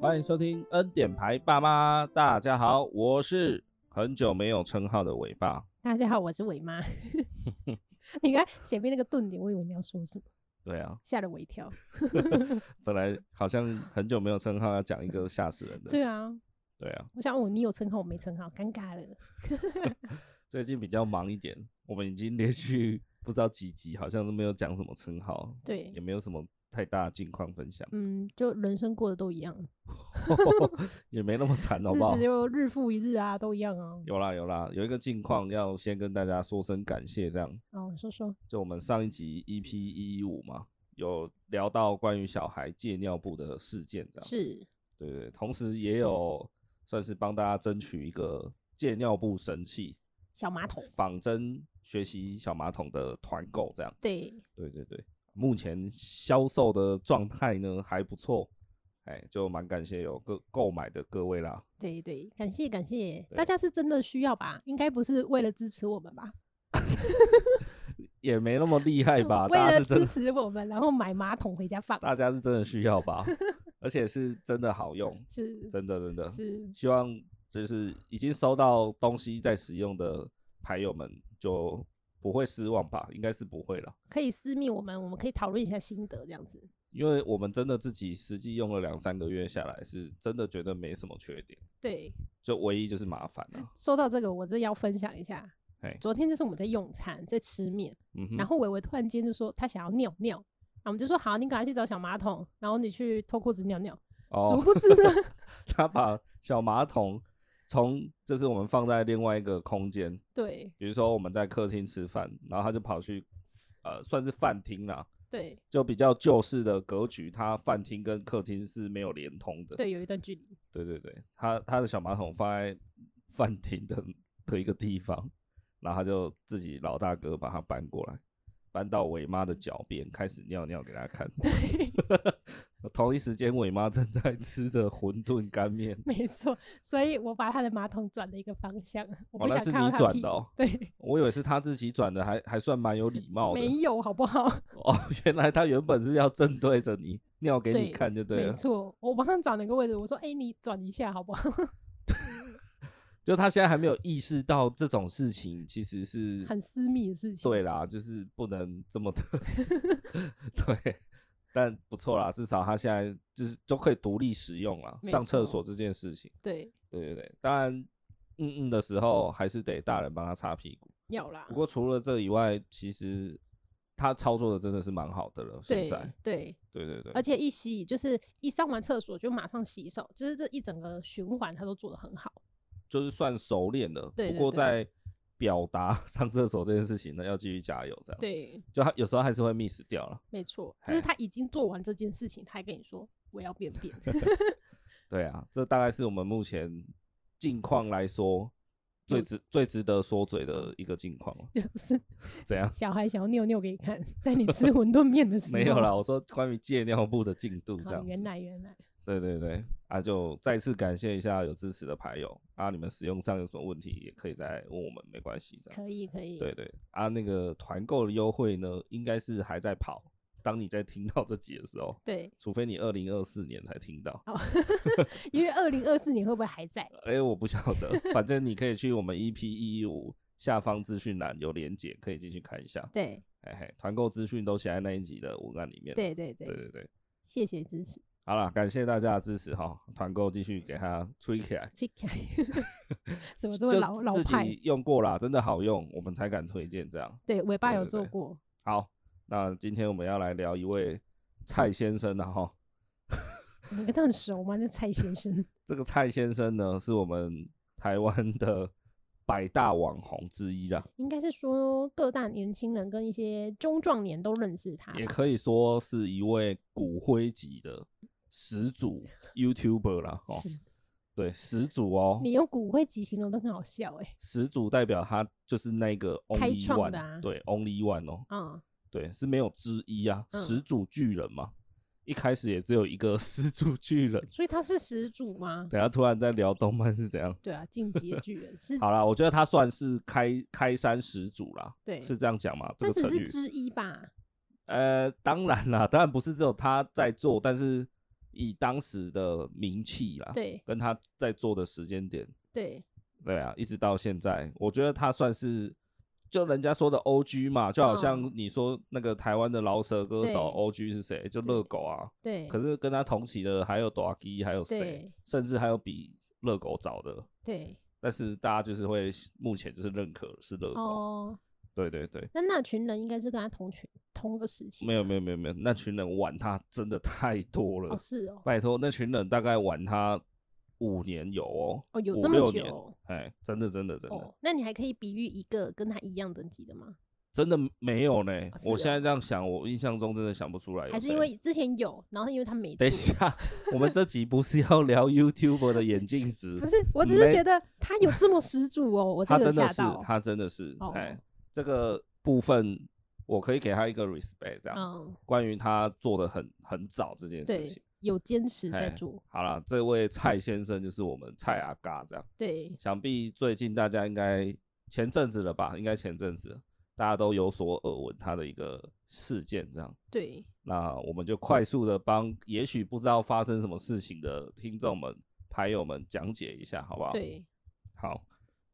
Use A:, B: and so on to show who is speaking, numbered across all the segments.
A: 欢迎收听《恩典牌爸妈》，大家好，我是很久没有称号的尾巴。
B: 大家好，我是 伟妈。你看前面那个顿点，我以为你要说什么，
A: 对啊，
B: 吓了我一跳。
A: 本来好像很久没有称号，要讲一个吓死人的。
B: 对啊，
A: 对啊，
B: 我想哦，你有称号，我没称号，尴尬了。
A: 最近比较忙一点，我们已经连续不知道几集，好像都没有讲什么称号，
B: 对，
A: 也，没有什么太大的近况分享
B: 嗯，就人生过得都一样，
A: 也没那么惨，好不
B: 日
A: 好
B: 子？就日复一日啊，都一样啊。
A: 有啦有啦，有一个近况要先跟大家说声感谢，这样。
B: 哦，你说说，
A: 就我们上一集 EP 一一五嘛，有聊到关于小孩戒尿布的事件，这样
B: 是
A: 对啊对，同时也有算是帮大家争取一个戒尿布神器，
B: 小马 桶，
A: 仿真学习小马桶的团购这样子，
B: 对，
A: 对对对，目前销售的状态呢还不错，哎，就蛮感谢有购购买的各位啦，
B: 对对，感谢感谢，
A: 对
B: 大家是真的需要吧？应该不是为了支持我们吧？
A: 也没那么厉害吧，
B: 为
A: 大家是
B: 了
A: 真
B: 支
A: 的
B: 持我们，然后买马桶回家放，
A: 大家是真的需要 吧，而且是真的好用，
B: 是
A: 真的真的
B: 是，
A: 希望就是已经收到东西在使用的牌友们就不会失望吧，应该是不会了，
B: 可以私密我们，我们可以讨论一下心得这样子。
A: 因为我们真的自己实际用了两三个月下来，是真的觉得没什么缺点，
B: 对，
A: 就唯一就是麻烦啊。
B: 说到这个，我真的要分享一下
A: 嘿。
B: 昨天就是我们在用餐，在吃面，
A: 嗯
B: 然
A: 哼，
B: 后伟伟突然间就说他想要尿尿，然后我们就说好，你赶快去找小马桶，然后你去脱裤子尿尿。殊
A: 哦，
B: 不知 呢，
A: 他把小马桶从就是我们放在另外一个空间，
B: 对
A: 比如说我们在客厅吃饭，然后他就跑去呃算是饭厅啦。
B: 对
A: 就比较旧式的格局，它饭厅跟客厅是没有连通的。
B: 对，有一段距离，
A: 对对对，他他的小马桶放在饭厅的的一个地方，然后他就自己老大哥把它搬过来，搬到伟妈的脚边开始尿尿给大家看。 同一时间，伟妈正在吃着馄饨干面，
B: 没错。所以我把他的马桶转了一个方向，我
A: 哦，
B: 不
A: 那
B: 想
A: 是
B: 看到
A: 你
B: 他
A: 转
B: 屁
A: 的
B: 股。
A: 哦，
B: 对，
A: 我以为是他自己转的，还还算蛮有礼貌的。
B: 没有好不好？
A: 哦， 原来他原本是要正对着你尿给你
B: 对
A: 看就对
B: 没
A: 了，
B: 错，我帮他找了一个位置，我说：“哎、你转一下好不好
A: 就他现在还没有意识到这种事情其实是？”
B: 很私密的事情。
A: 对啦，就是不能这 么的，对，但不错啦，至少他现在就是都可以独立使用啦。
B: 没
A: 上厕所
B: 错
A: 这件事情，
B: 对，
A: 对对对，当然嗯嗯的时候还是得大人帮他擦屁股。
B: 要啦
A: 不。过除了这以外，其实他操作的真的是蛮好的了。现
B: 对
A: 在，
B: 对，
A: 对对对
B: 而，且一洗就是一上完厕所就马上洗手，就是这一整个循环他都做得很好。
A: 就是算熟练了。
B: 对
A: 不
B: 对
A: 过
B: 对
A: 在表达 上厕所这件事情呢，要继续加油。这样，
B: 对，
A: 就他有时候还是会 miss 掉了。
B: 没错，
A: 嘿
B: 就是他已经做完这件事情，他还跟你说我要便 便。
A: 对啊，这大概是我们目前近况来说
B: 嗯
A: 最值最值得说嘴的一个近况了。
B: 就是
A: 怎样？
B: 小孩想要尿尿给你看，在你 吃馄饨面的时候。
A: 没有啦，我说关于戒尿布的进度这
B: 哦。
A: 样
B: 原
A: 子。
B: 来原来，
A: 对对对，啊，就再次感谢一下有支持的牌友啊，你们使用上有什么问题也可以再问我们，没关系这样。
B: 可以可以。
A: 对对啊，那个团购的优惠呢，应该是还在跑。当你在听到这集的时候，
B: 对，
A: 除非你二零二四年才听到，
B: 因为二零二四年会不会还在？
A: 哎、我不晓得，反正你可以去我们 EP 一一五下方资讯栏有连结，可以进去看一下。
B: 对
A: 嘿嘿，团购资讯都写在那一集的文案里面。
B: 对对
A: 对
B: 对，
A: 对对，
B: 谢谢支持。
A: 好了，感谢大家的支持哈，团购继续给它吹起来。
B: 去 看，怎么这么老
A: 就
B: 老
A: 自
B: 派
A: 己？用过啦，真的好用，我们才敢推荐这样。
B: 对，尾巴
A: 对
B: 有
A: 对
B: 做
A: 对
B: 过。
A: 好，那今天我们要来聊一位蔡先生了哈。
B: 你跟他很熟吗？那蔡先生
A: 这个蔡先生呢，是我们台湾的百大网红之一啦，
B: 应该是说各大年轻人跟一些中壮年都认识他吧，
A: 也可以说是一位骨灰级的始 祖 YouTuber 啦。哦，
B: 是
A: 对，始祖哦，
B: 你用骨灰级形容都很好笑哎、
A: 始祖代表他就是那个 only
B: 创
A: one，、
B: 的啊
A: 对 only one 哦，
B: 啊、
A: 对是没有之一啊，
B: 嗯
A: 始祖巨人嘛，一开始也只有一个 始祖巨人，
B: 所以他是始祖吗？
A: 等下突然在聊动漫是怎样？
B: 对啊，进阶巨人是，
A: 好啦，我觉得他算是开开山始祖啦，
B: 对
A: 是这样讲嘛？这
B: 但
A: 个
B: 只
A: 成
B: 是
A: 语，
B: 之一吧？
A: 呃，当然啦，当然不是只有他在做，但是以当时的名气啦，
B: 对
A: 跟他在做的时间点，
B: 对，
A: 对啊，一直到现在，我觉得他算是就人家说的 O G 嘛，就好像你说那个台湾的饶舌歌
B: 嗯对
A: 手 O G 是谁，就
B: 对
A: 热狗啊。
B: 对，
A: 可是跟他同期的还有 d o g 还有谁
B: 对，
A: 甚至还有比热狗早的。
B: 对，
A: 但是大家就是会目前就是认可是热狗，
B: 哦，
A: 对对对，
B: 那那群人应该是跟他同群同个时期吧，
A: 没有没有没有没有，那群人玩他真的太多了，
B: 哦，是哦，
A: 拜托那群人大概玩他五年有哦，
B: 哦，有
A: 五
B: 这么
A: 六
B: 久
A: 年，哎，真的真的真的、
B: 哦，那你还可以比喻一个跟他一样等级的吗？
A: 真的没有呢、
B: 哦是
A: 我
B: 哦
A: 现在这样想，我印象中真的想不出来有谁，
B: 还是因为之前有，然后因为他没做。
A: 等一下，我们这集不是要聊 YouTube 的眼镜值
B: 不，是，我只
A: 没
B: 是觉得他有这么十足哦，我
A: 他
B: 真的
A: 真的
B: 吓
A: 是
B: 到。
A: 他真的是，
B: 哦
A: 哎、这个部分我可以给他一个 respect 这样。
B: 嗯，
A: 关于他做的很很早这件事情
B: 对。，有坚持在
A: 哎
B: 做，
A: 好了，这位蔡先生就是我们蔡阿嘎这样，
B: 对
A: 想必最近大家应该前阵子了吧？应该前阵子大家都有所耳闻他的一个事件这样。
B: 对，
A: 那我们就快速的帮也许不知道发生什么事情的听众们、牌友们讲解一下，好不好？，
B: 对，
A: 好，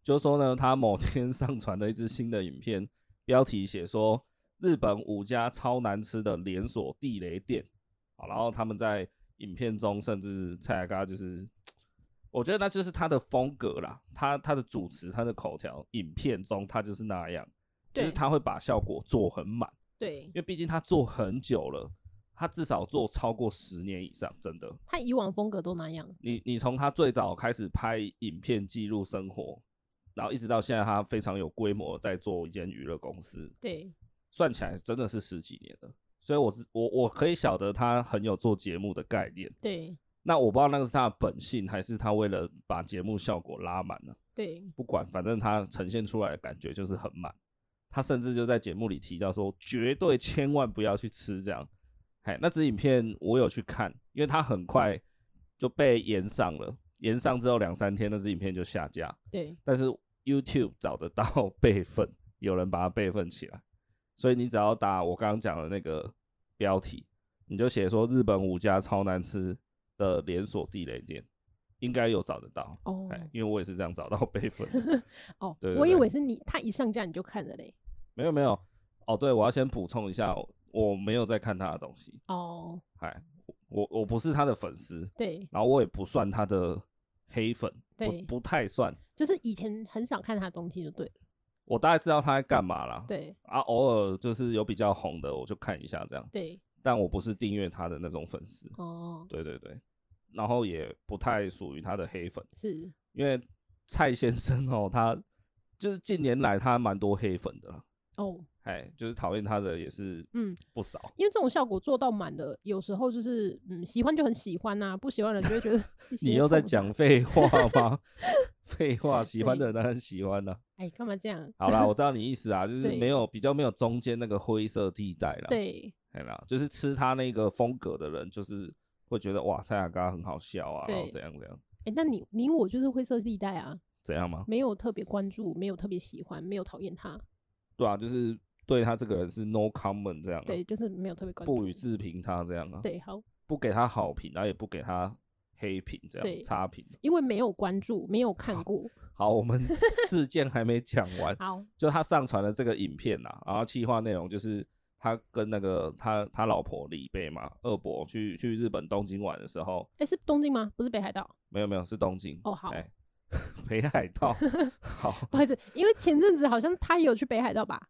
A: 就说呢，他某天上传了一支新的影片，标题写说日本五家超难吃的连锁地雷店。好，然后他们在影片中，甚至蔡雅嘎就是，我觉得那就是他的风格啦，他他的主持、他的口条，影片中他就是那样，就是
B: 对
A: 他会把效果做很满，
B: 对
A: 因为毕竟他做很久了，他至少做超过十年以上，真的。
B: 他以往风格都那样，
A: 你你从他最早开始拍影片记录生活，然后一直到现在，他非常有规模地在做一间娱乐公司，
B: 对
A: 算起来真的是十几年了。所以我知我我可以晓得他很有做节目的概念。
B: 对
A: 那我不知道那个是他的本性，还是他为了把节目效果拉满呢、
B: 对
A: 不管，反正他呈现出来的感觉就是很满。他甚至就在节目里提到说，绝对千万不要去吃这样。哎，那支影片我有去看，因为他很快就被延上了，延上之后两三天，那支影片就下架。
B: 对
A: 但是 YouTube 找得到 备份，有人把它备份起来，所以你只要打我刚刚讲的那个标题，你就写说日本五家超难吃的连锁地雷店，应该有找得到。
B: 哦
A: 哎，因为我也是这样找到备份的。
B: 哦
A: 对，对
B: 我以
A: 对
B: 为是你，他一上架你就看了嘞，
A: 没有没有，哦，对，我要先补充一下，我没有在看他的东西，
B: 哦，
A: 哎，我我不是他的粉丝，
B: 对，
A: 然后我也不算他的黑粉，不
B: 对
A: 不太算，
B: 就是以前很少看他的东西就对了，
A: 我大概知道他在干嘛啦。
B: 对
A: 啊，偶尔就是有比较红的，我就看一下这样，
B: 对
A: 但我不是订阅他的那种粉丝，
B: 哦，
A: 对对对，然后也不太属于他的黑粉，
B: 是
A: 因为蔡先生哦，他就是近年来他蛮多黑粉的啦，
B: 哦，
A: 哎，就是讨厌他的也是
B: 嗯，
A: 不少。
B: 因为这种效果做到满的，有时候就是嗯，喜欢就很喜欢呐、不喜欢的人就会觉得
A: 你又在
B: 些冲
A: 讲
B: 他，
A: 废话吗？ 废话，喜欢的人当然喜欢啦、
B: 哎，干嘛这样？
A: 好啦，我知道你意思啊，就是
B: 对
A: 没有比较没有中间那个灰色地带啦。，
B: 对
A: 哎啦，就是吃他那个风格的人，就是会觉得哇，蔡雅刚很好笑啊，
B: 对
A: 然后怎样怎样
B: 哎、那你你我就是灰色地带啊，
A: 怎样吗？
B: 没有特别关注，没有特别喜欢，没有讨厌他，
A: 对啊，就是对他这个人是 no comment 这样、啊，
B: 对，就是没有特别关注。
A: 不予置评他这样啊，
B: 对，好，
A: 不给他好评，然后也不给他黑评这
B: 对
A: 样差评。
B: 因为没有关注，没有看过。
A: 好，我们事件还没讲完，
B: 好，
A: 就他上传了这个影片呐、啊然后企划内容就是他跟那个他他老婆李贝嘛，二伯去去日本东京玩的时候，
B: 哎、是东京吗？不是北海道。
A: 没有没有是东京
B: 哦好
A: 哎 北海 道好，
B: 不好意思，因为前阵子好像他也有去北海道吧？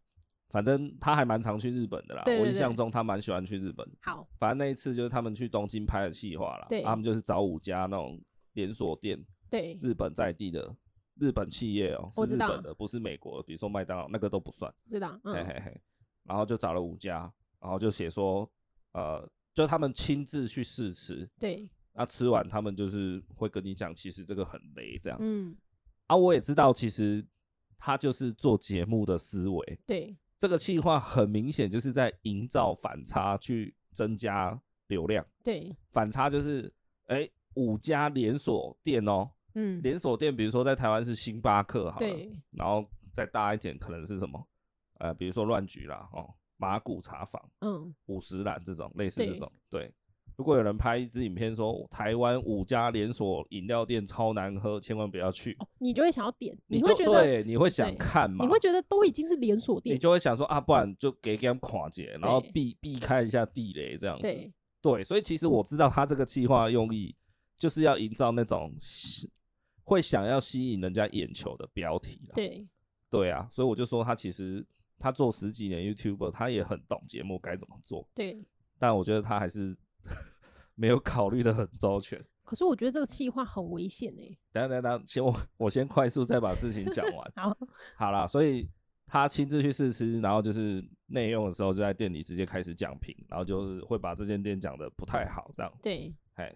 A: 反正他还蛮常去日本的啦。
B: 对对
A: 我印
B: 对
A: 象中他蛮喜欢去日本，
B: 好，
A: 反正那一次就是他们去东京拍的企划啦，
B: 对
A: 啊他们就是找五家那种连锁店，
B: 对
A: 日本在地的。日本企业哦、
B: 我
A: 是
B: 知
A: 日
B: 道
A: 本的，不是美国的，比如说麦当劳那个都不算。
B: 知道，
A: 嘿
B: 嗯，
A: 嘿嘿，然后就找了五家，然后就写说，呃，就他们亲自去试吃，
B: 对，
A: 那吃完他们就是会跟你讲，其实这个很雷这样。
B: 嗯，
A: 啊，我也知道，其实他就是做节目的思维，
B: 对，
A: 这个计划很明显就是在营造反差，去增加流量。
B: 对，
A: 反差就是，哎、五家连锁店哦，
B: 嗯，
A: 连锁店，比如说在台湾是星巴克好了，
B: 对，
A: 然后再大一点可能是什么，呃，比如说乱局啦，哦，麻古茶坊。
B: 嗯，
A: 五十岚这种类似这
B: 对
A: 种，对。如果有人拍一支影片说台湾五家连锁饮料店超难喝，千万不要去，
B: 哦，你就会想要点，你
A: 就
B: 会觉得
A: 对，你会想
B: 对
A: 看嘛？
B: 你会觉得都已经是连锁
A: 你
B: 店，
A: 就会想说啊，不然就给给他们垮解，然后
B: 对
A: 避避开一下地雷这样子。
B: 对
A: 对，所以其实我知道他这个计划的用意就是要营造那种吸会想要吸引人家眼球的标题啦。
B: 对
A: 对啊，所以我就说他其实他做十几年 YouTuber，他也很懂节目该怎么做，
B: 对。
A: 但我觉得他还是 没有考虑的很周全。
B: 可是我觉得这个计划很危险哎、
A: 等一下等一下等一下，先我 我先快速再把事情讲完。
B: 好，
A: 好啦，所以他亲自去试吃，然后就是内用的时候就在店里直接开始讲评，然后就是会把这间店讲的不太好这样。
B: 对
A: 哎，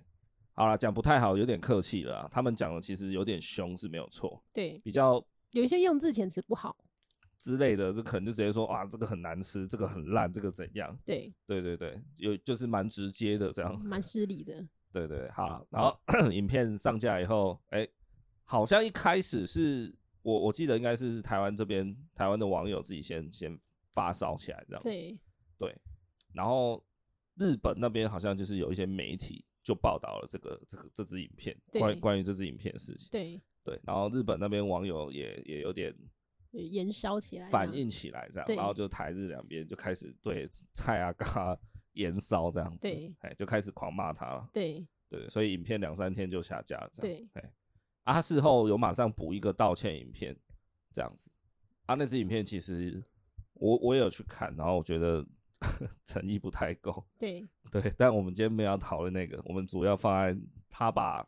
A: 好啦，讲不太好有点客气了啊，他们讲的其实有点凶是没有错，
B: 对，
A: 比较
B: 有一些用字遣词不好，
A: 之类的，这可能就直接说啊，这个很难吃，这个很烂，这个怎样？
B: 对，
A: 对对对，有就是蛮直接的这样。
B: 蛮失礼的。
A: 对对，好啦，然后 影片上架以后，哎、好像一开始是我我记得应该是台湾这边台湾的网友自己先先发烧起来这样。
B: 对
A: 对，然后日本那边好像就是有一些媒体就报道了这个这个这支影片，
B: 对
A: 关于关于这支影片的事情。
B: 对，
A: 对，然后日本那边网友也也有点
B: 有呃延烧起来，
A: 反，应起来，这样，
B: 啊对
A: 然后就台日两边就开始对啊蔡 阿嘎延烧这样子，
B: 对
A: 哎，就开始狂骂他了。
B: 对
A: 对，所以影片两三天就下架了，这样，
B: 对
A: 哎，啊，他事后有马上补一个道歉影片，这样子。啊，那支影片其实我我也有去看，然后我觉得 诚意不太够，
B: 对
A: 对，但我们今天没有要讨论那个，我们主要放在他把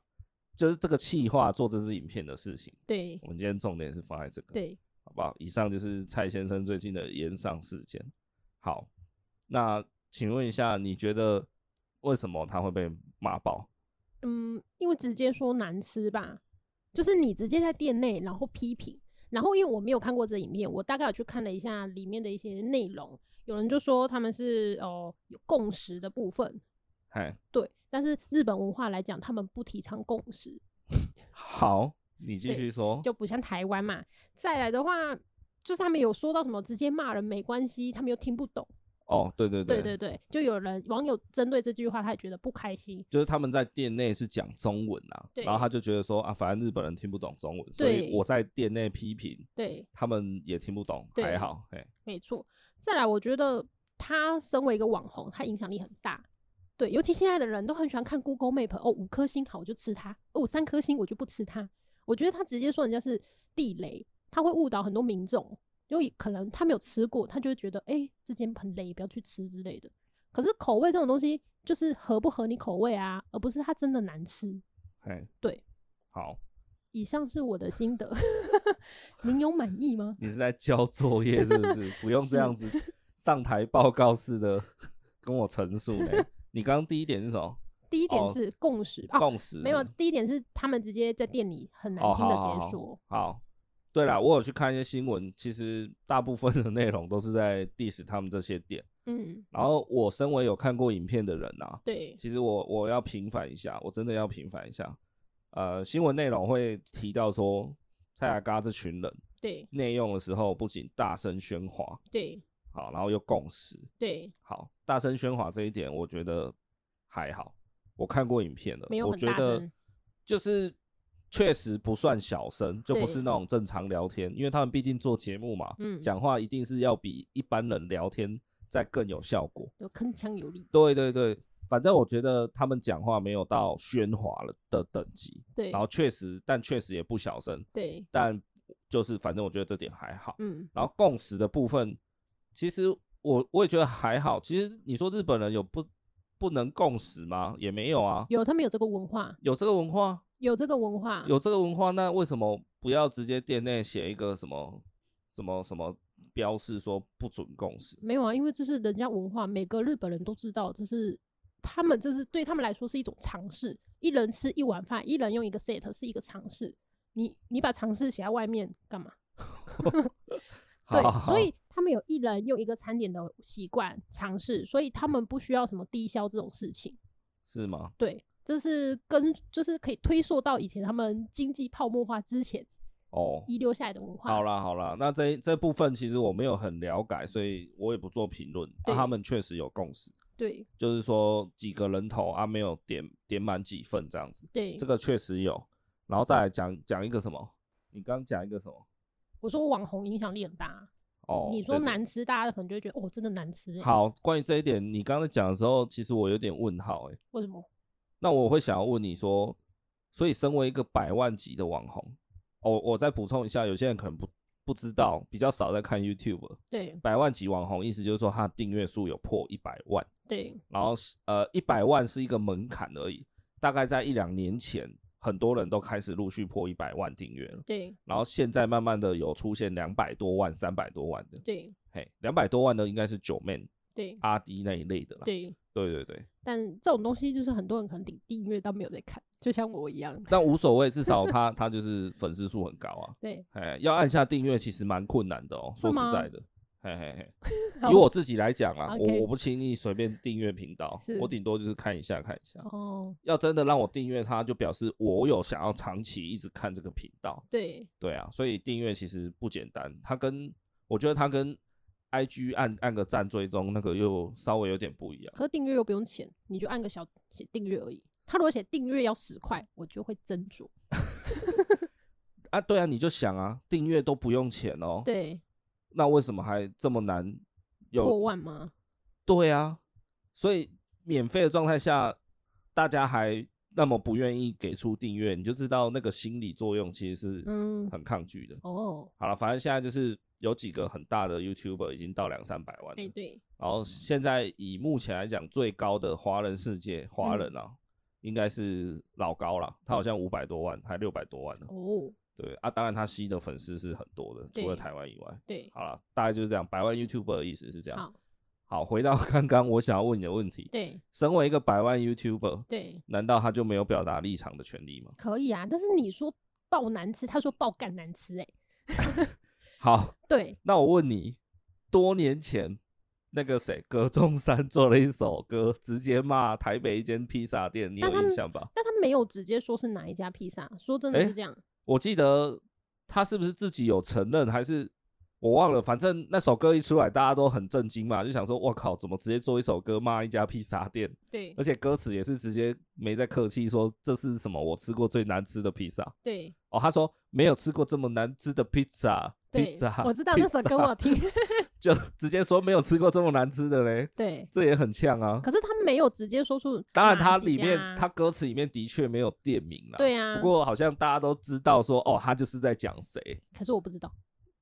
A: 就是这个企划做这支影片的事情，
B: 对
A: 我们今天重点是放在这个，
B: 对
A: 好不好？以上就是蔡先生最近的延上事件。好，那请问一下，你觉得为什么他会被骂爆？
B: 嗯，因为直接说难吃吧，就是你直接在店内然后批评，然后因为我没有看过这影片，我大概有去看了一下里面的一些内容，有人就说他们是哦、有共识的部分，
A: 嗨，
B: 对，但是日本文化来讲，他们不提倡共识，
A: 好，你继
B: 对
A: 续说。
B: 就不像台湾嘛。再来的话，就是他们有说到什么直接骂人没关系，他们又听不懂。
A: 哦，对对
B: 对对对，就有人网友针对这句话，他也觉得不开心。
A: 就是他们在店内是讲中文啊，
B: 对
A: 然后他就觉得说啊，反正日本人听不懂中文，所以
B: 对
A: 我在店内批评
B: 对，
A: 他们也听不懂，
B: 对
A: 还好，哎，
B: 没错。再来，我觉得他身为一个网红，他影响力很大。对，尤其现在的人都很喜欢看 Google Map，哦，五颗星好我就吃它，哦，三颗星我就不吃它。我觉得他直接说人家是地雷，他会误导很多民众，因为可能他没有吃过，他就会觉得哎、诶这间很雷，不要去吃之类的。可是口味这种东西，就是合不合你口味啊，而不是它真的难吃。
A: 哎，
B: 对，
A: 好，
B: 以上是我的心得，您有满意吗？
A: 你是在交作业是不 是？不用
B: 是
A: 这样子上台报告式的 跟我陈述 嘞。你刚刚第一点是什么？
B: 第一点
A: 哦
B: 是共识啊，
A: 共识是不
B: 没有，
A: 是
B: 第一点是他们直接在店里很难
A: 哦
B: 听的
A: 好好好
B: 解说，
A: 好，对啦，我有去看一些新闻，其实大部分的内容都是在 diss 他们这些店。
B: 嗯，
A: 然后我身为有看过影片的人啊，
B: 对
A: 其实我我要平反一下，我真的要平反一下。呃，新闻内容会提到说，蔡雅嘎这群人
B: 对
A: 内用的时候，不仅大声喧哗，
B: 对
A: 好，然后又共识，
B: 对
A: 好，大声喧哗这一点，我觉得还好。我看过影片了，
B: 没有
A: 我
B: 很
A: 觉
B: 大
A: 得
B: 声
A: 就是确实不算小声，就不
B: 对
A: 是那种正常聊天，因为他们毕竟做节目嘛，
B: 嗯
A: 讲话一定是要比一般人聊天再更有效果。
B: 有铿锵有力，
A: 对对对，反
B: 嗯
A: 正我觉得他们讲话没有到喧哗了的等级，
B: 对
A: 然后确实，但确实也不小声，
B: 对，
A: 但就是反正我觉得这点还好。
B: 嗯
A: 然后共识的部分，其实我我也觉得还好。其实你说日本人有不不能共识吗？也没有啊，
B: 有他们有这个文化，
A: 有这个文化，
B: 有这个文化，
A: 有这个文化，那为什么不要直接店内写一个什么什么什么标示说不准共识？
B: 没有啊？因为这是人家文化，每个日本人都知道，这是他们这是对他们来说是一种尝试，一人吃一碗饭，一人用一个 set 是一个尝试，你你把尝试写在外面干嘛？对，
A: 好
B: 所以他们有一人用一个餐点的习惯尝试，所以他们不需要什么低消这种事情。
A: 是吗？
B: 对，这是跟就是可以推溯到以前他们经济泡沫化之前
A: 哦，
B: 遗留下来的文化。
A: 好啦好啦，那这这部分其实我没有很了解，所以我也不做评论。那啊
B: 对
A: 他们确实有共识，
B: 对
A: 就是说几个人头啊，没有点点满几份这样子，
B: 对
A: 这，个确实有。然后再来讲讲一个什么？你刚讲一个什么？
B: 我说网红影响力很大啊。
A: 哦，
B: 你说
A: 这个
B: 难吃，大家可能就会觉得哦，真的难吃欸。
A: 好，关于这一点，你刚才讲的时候，其实我有点问号、欸，
B: 为什么？
A: 那我会想要问你说，所以身为一个百万级的网红，哦，我再补充一下，有些人可能不不知道，比较少在看 YouTube，
B: 对
A: 百万级网红意思就是说他的订阅数有破一百万，
B: 对
A: 然后是呃一百万是一个门槛而已，大概在一两年前，很多人都开始陆续破一百万订阅了，
B: 对
A: 然后现在慢慢的有出现两百多万、三百多万的，
B: 对
A: 嘿，两百多万的应该是九妹、
B: 对
A: 阿迪那一类的啦，
B: 对，
A: 对对对。
B: 但这种东西就是很多人可能订订阅但没有在看，就像我一样。
A: 但无所谓，至少他他就是粉丝数很高啊。
B: 对，
A: 哎，要按下订阅其实蛮困难的哦，说
B: 会
A: 实
B: 吗
A: 在的，嘿嘿嘿。
B: 好
A: 以我自己来讲啦，
B: OK
A: 我我不轻易随便订阅频道
B: 是，
A: 我顶多就是看一下看一下。
B: 哦，
A: 要真的让我订阅它，就表示我有想要长期一直看这个频道。
B: 对
A: 对啊，所以订阅其实不简单，它跟我觉得它跟 I G 按按个赞追踪那个又稍微有点不一样。
B: 可是订阅又不用钱，你就按个小写订阅而已。他如果写订阅要十块，我就会斟酌。
A: 啊，对啊，你就想啊，订阅都不用钱哦，
B: 对，
A: 那为什么还这么难有
B: 破万吗？
A: 对啊，所以免费的状态下，大家还那么不愿意给出订阅，你就知道那个心理作用其实是
B: 嗯，
A: 很抗拒的。
B: 哦，
A: 好了，反正现在就是有几个很大的 YouTuber 已经到两三百万
B: 哎、
A: 了，
B: 对，
A: 然后现在以目前来讲最高的华人世界华
B: 嗯
A: 人啊，应该是老高啦，他好像五百多万还六百多万呢。
B: 哦，
A: 对啊，当然他吸的粉丝是很多的，除了台湾以外。
B: 对，
A: 好了，大概就是这样，百万 YouTuber 的意思是这样。
B: 好，
A: 好，回到刚刚我想要问你的问题，
B: 对
A: 身为一个百万 YouTuber，
B: 对，
A: 难道他就没有表达立场的权利吗？
B: 可以啊。但是你说爆难吃，他说爆干难吃、哎，
A: 好，
B: 对，
A: 那我问你，多年前那个谁，葛中山做了一首歌，直接骂台北一间披萨店，你有
B: 但他
A: 印
B: 们
A: 象吧？
B: 但他没有直接说是哪一家披萨，说真的
A: 哎
B: 是这样。
A: 我记得他是不是自己有承认，还是我忘了？反正那首歌一出来，大家都很震惊嘛，就想说，我靠，怎么直接做一首歌骂一家披萨店？
B: 对
A: 而且歌词也是直接没在客气，说这是什么我吃过最难吃的披萨。
B: 对
A: 哦，他说没有吃过这么难吃的披萨，披
B: 对
A: 萨，，
B: 我知道那首歌我 有听。
A: 就直接说没有吃过这么难吃的嘞，
B: 对，
A: 这也很呛啊。
B: 可是他没有直接说出。
A: 当然，它里面它
B: 他
A: 歌词里面的确没有店名啦，
B: 啊对啊
A: 不过好像大家都知道说，哦，他就是在讲谁。
B: 可是我不知道。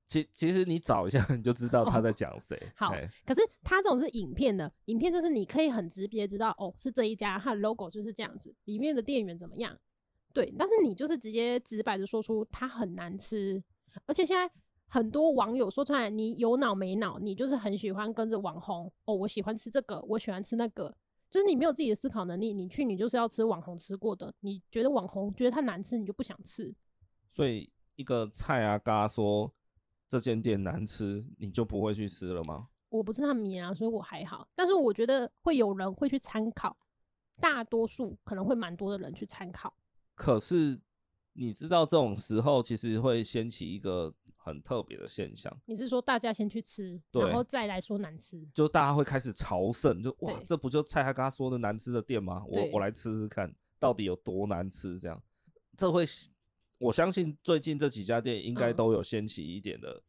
A: 其其实你找一下你就知道他在讲谁。
B: 哦 好
A: 哎
B: 可是他这种是影片的，影片就是你可以很直接知道，哦，是这一家，它的 logo 就是这样子，里面的店员怎么样。对，但是你就是直接直白的说出它很难吃，而且现在很多网友说出来，你有脑没脑，你就是很喜欢跟着网红哦，我喜欢吃这个，我喜欢吃那个，就是你没有自己的思考能力，你去你就是要吃网红吃过的，你觉得网红觉得它难吃，你就不想吃。
A: 所以一个菜啊嘎说这间店难吃，你就不会去吃了吗？
B: 我不是他迷啊，所以我还好。但是我觉得会有人会去参考，大多数可能会蛮多的人去参考。
A: 可是你知道这种时候其实会掀起一个很特别的现象。
B: 你是说大家先去吃，
A: 对
B: 然后再来说难吃？
A: 就大家会开始朝圣，就哇
B: 对，
A: 这不就蔡他刚刚说的难吃的店吗？我
B: 对
A: 我来吃吃看，到底有多难吃？这样，这会我相信最近这几家店应该
B: 嗯
A: 都有掀起一点的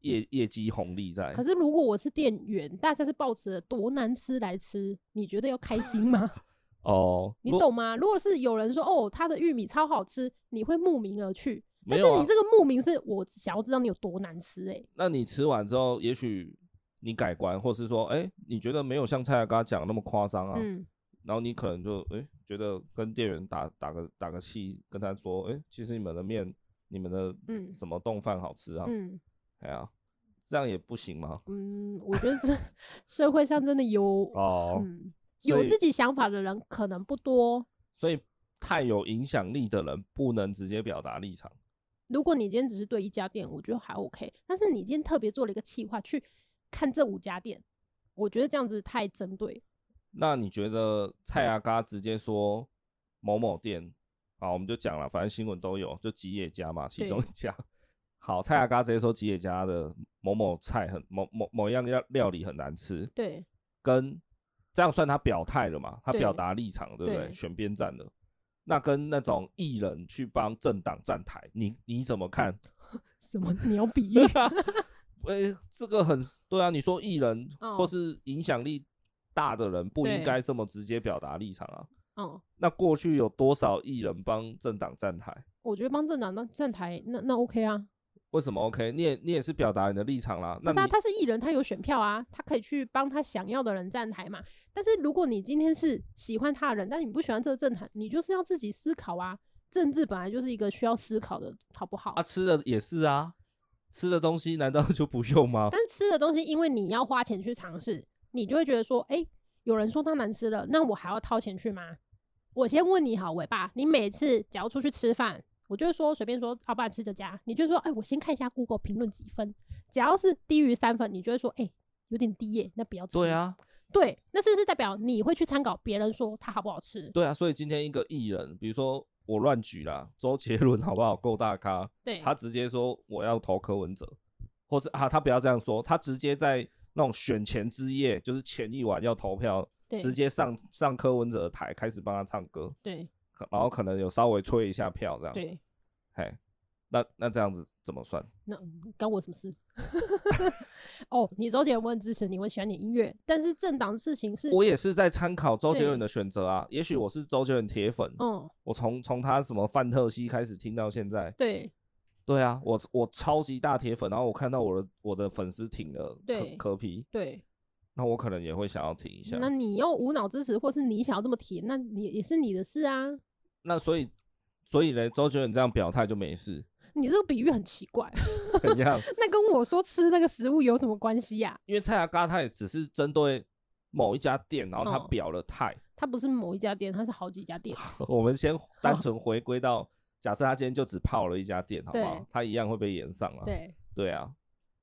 A: 业、业绩红利在
B: 可。是如果我是店员，大家是抱持着多难吃来吃，你觉得要开心吗？
A: 哦，
B: 你
A: 不
B: 懂吗？如果是有人说哦，他的玉米超好吃，你会慕名而去。
A: 没
B: 但
A: 有
B: 是
A: 啊
B: 你？这个慕名是我想要知道你有多难吃哎、
A: 那你吃完之后，也许你改观，或是说，哎、你觉得没有像蔡他刚刚讲那么夸张啊？
B: 嗯，
A: 然后你可能就哎、诶觉得跟店员打打个打个气，跟他说，哎、其实你们的面，你们的
B: 嗯
A: 什么冻饭好吃啊？
B: 嗯
A: 哎呀，这样也不行吗？
B: 嗯，我觉得这 社会上真 的有，
A: 哦，
B: 嗯，
A: 所
B: 有
A: 以
B: 自己想法的人可能不多，
A: 所以太有影响力的人不能直接表达立场。
B: 如果你今天只是对一家店，我觉得还 OK。但是你今天特别做了一个企划去看这五家店，我觉得这样子太针对。
A: 那你觉得蔡阿嘎直接说某某店，好，我们就讲了，反正新闻都有，就吉野家嘛，其中一家。好，蔡阿嘎直接说吉野家的某某菜很某某某样料料理很难吃，
B: 对
A: 跟这样算他表态了嘛？他
B: 对
A: 表达立场了，对不对？
B: 对
A: 选边站的，那跟那种艺人去帮政党站台，你你怎么看？
B: 什么鸟 比喻？
A: 呃、这个很对啊。你说艺人
B: 哦
A: 或是影响力大的人不应
B: 对
A: 该这么直接表达立场啊。
B: 哦，
A: 那过去有多少艺人帮政党站台？
B: 我觉得帮政党当站台，那那 OK 啊。
A: 为什么 OK？你也你也是表达你的立场啦。那
B: 不是啊，
A: 你
B: 他是艺人，他有选票啊，他可以去帮他想要的人站台嘛。但是如果你今天是喜欢他的人，但你不喜欢这个政坛，你就是要自己思考啊。政治本来就是一个需要思考的，好不好？
A: 啊吃的也是啊，吃的东西难道就不用吗？
B: 但吃的东西，因为你要花钱去尝试，你就会觉得说，哎、有人说它难吃了，那我还要掏钱去吗？我先问你好，伟爸，你每次只要出去吃饭，我就会说随便说，要不然吃这家，你就说，哎、我先看一下 Google 评论几分，只要是低于三分，你就会说，哎、有点低耶、那不要吃。
A: 对，啊，
B: 对，那是不是代表你会去参考别人说它好不好吃？
A: 对啊，所以今天一个艺人，比如说我乱举啦，周杰伦好不好？够大咖，
B: 对，
A: 他直接说我要投柯文哲，或是啊，他不要这样说，他直接在那种选前之夜，就是前一晚要投票，
B: 对，
A: 直接上上柯文哲的台开始帮他唱歌，
B: 对
A: 可然后可能有稍微吹一下票这样，
B: 对，
A: 嘿，那那这样子怎么算？
B: 那嗯干我什么事？ 哦，你周杰伦我很支持你，我很喜欢你的音乐，但是政党的事情是，
A: 我也是在参考周杰伦
B: 对
A: 的选择啊，也许我是周杰伦铁粉，
B: 嗯，
A: 我从从他什么范特西开始听到现在，
B: 对
A: 对啊，我我超级大铁粉，然后我看到我的我的粉丝挺了
B: 对
A: 科科皮，
B: 对，
A: 那我可能也会想要挺一下。
B: 那你要无脑支持，或是你想要这么提，那你也是你的事啊。
A: 那所以所以嘞，周杰伦这样表态就没事，
B: 你这个比喻很奇怪，
A: 怎样？
B: 那跟我说吃那个食物有什么关系呀、
A: 因为蔡阿嘎他也只是针对某一家店，然后他
B: 哦
A: 表了态。
B: 它不是某一家店，它是好几家店。
A: 我们先
B: 哦
A: 单纯回归到，假设他今天就只泡了一家店，好不好
B: 对？
A: 他一样会被延上啊。
B: 对
A: 对啊，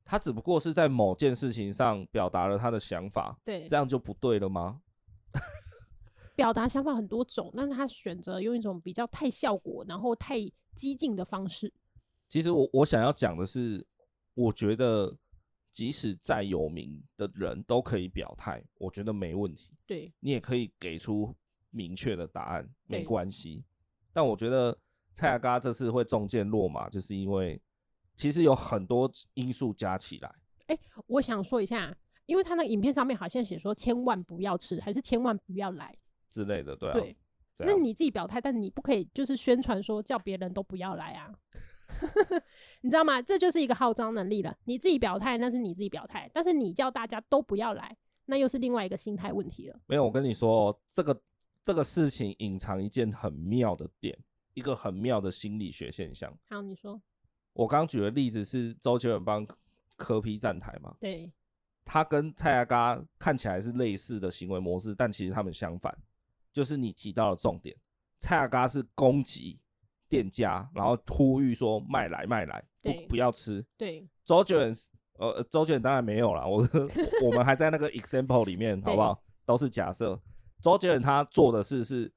A: 他只不过是在某件事情上表达了他的想法，
B: 对
A: 这，样就不对了吗？
B: 表达想法很多种，但是他选择用一种比较太效果，然后太激进的方式。
A: 其实我我想要讲的是，我觉得即使再有名的人都可以表态，我觉得没问题，
B: 对
A: 你也可以给出明确的答案，没
B: 对
A: 关系。但我觉得蔡阿嘎这次会中箭落马，就是因为其实有很多因素加起来，
B: 我想说一下，因为他那个影片上面好像写说千万不要吃，还是千万不要来。
A: 之类的，对啊，
B: 对，
A: 这
B: 那
A: 样
B: 你自己表态，但你不可以就是宣传说叫别人都不要来啊， 你知道吗？这就是一个号召能力了。你自己表态那是你自己表态，但是你叫大家都不要来，那又是另外一个心态问题了。
A: 没有，我跟你说、哦，这个这个事情隐藏一件很妙的点，一个很妙的心理学现象。
B: 好，你说
A: 我刚举的例子是周杰伦帮柯 P 站台嘛，
B: 对
A: 他跟蔡阿嘎看起来是类似的行为模式，但其实他们相反。就是你提到了重点，蔡阿嘎是攻击店家，然后呼吁说卖来卖来，不
B: 嗯对
A: 不要吃。
B: 对
A: 周杰伦是，呃，周杰伦当然没有啦，我 我们还在那个 example 里面，好不好？都是假设。周杰伦他做的事是，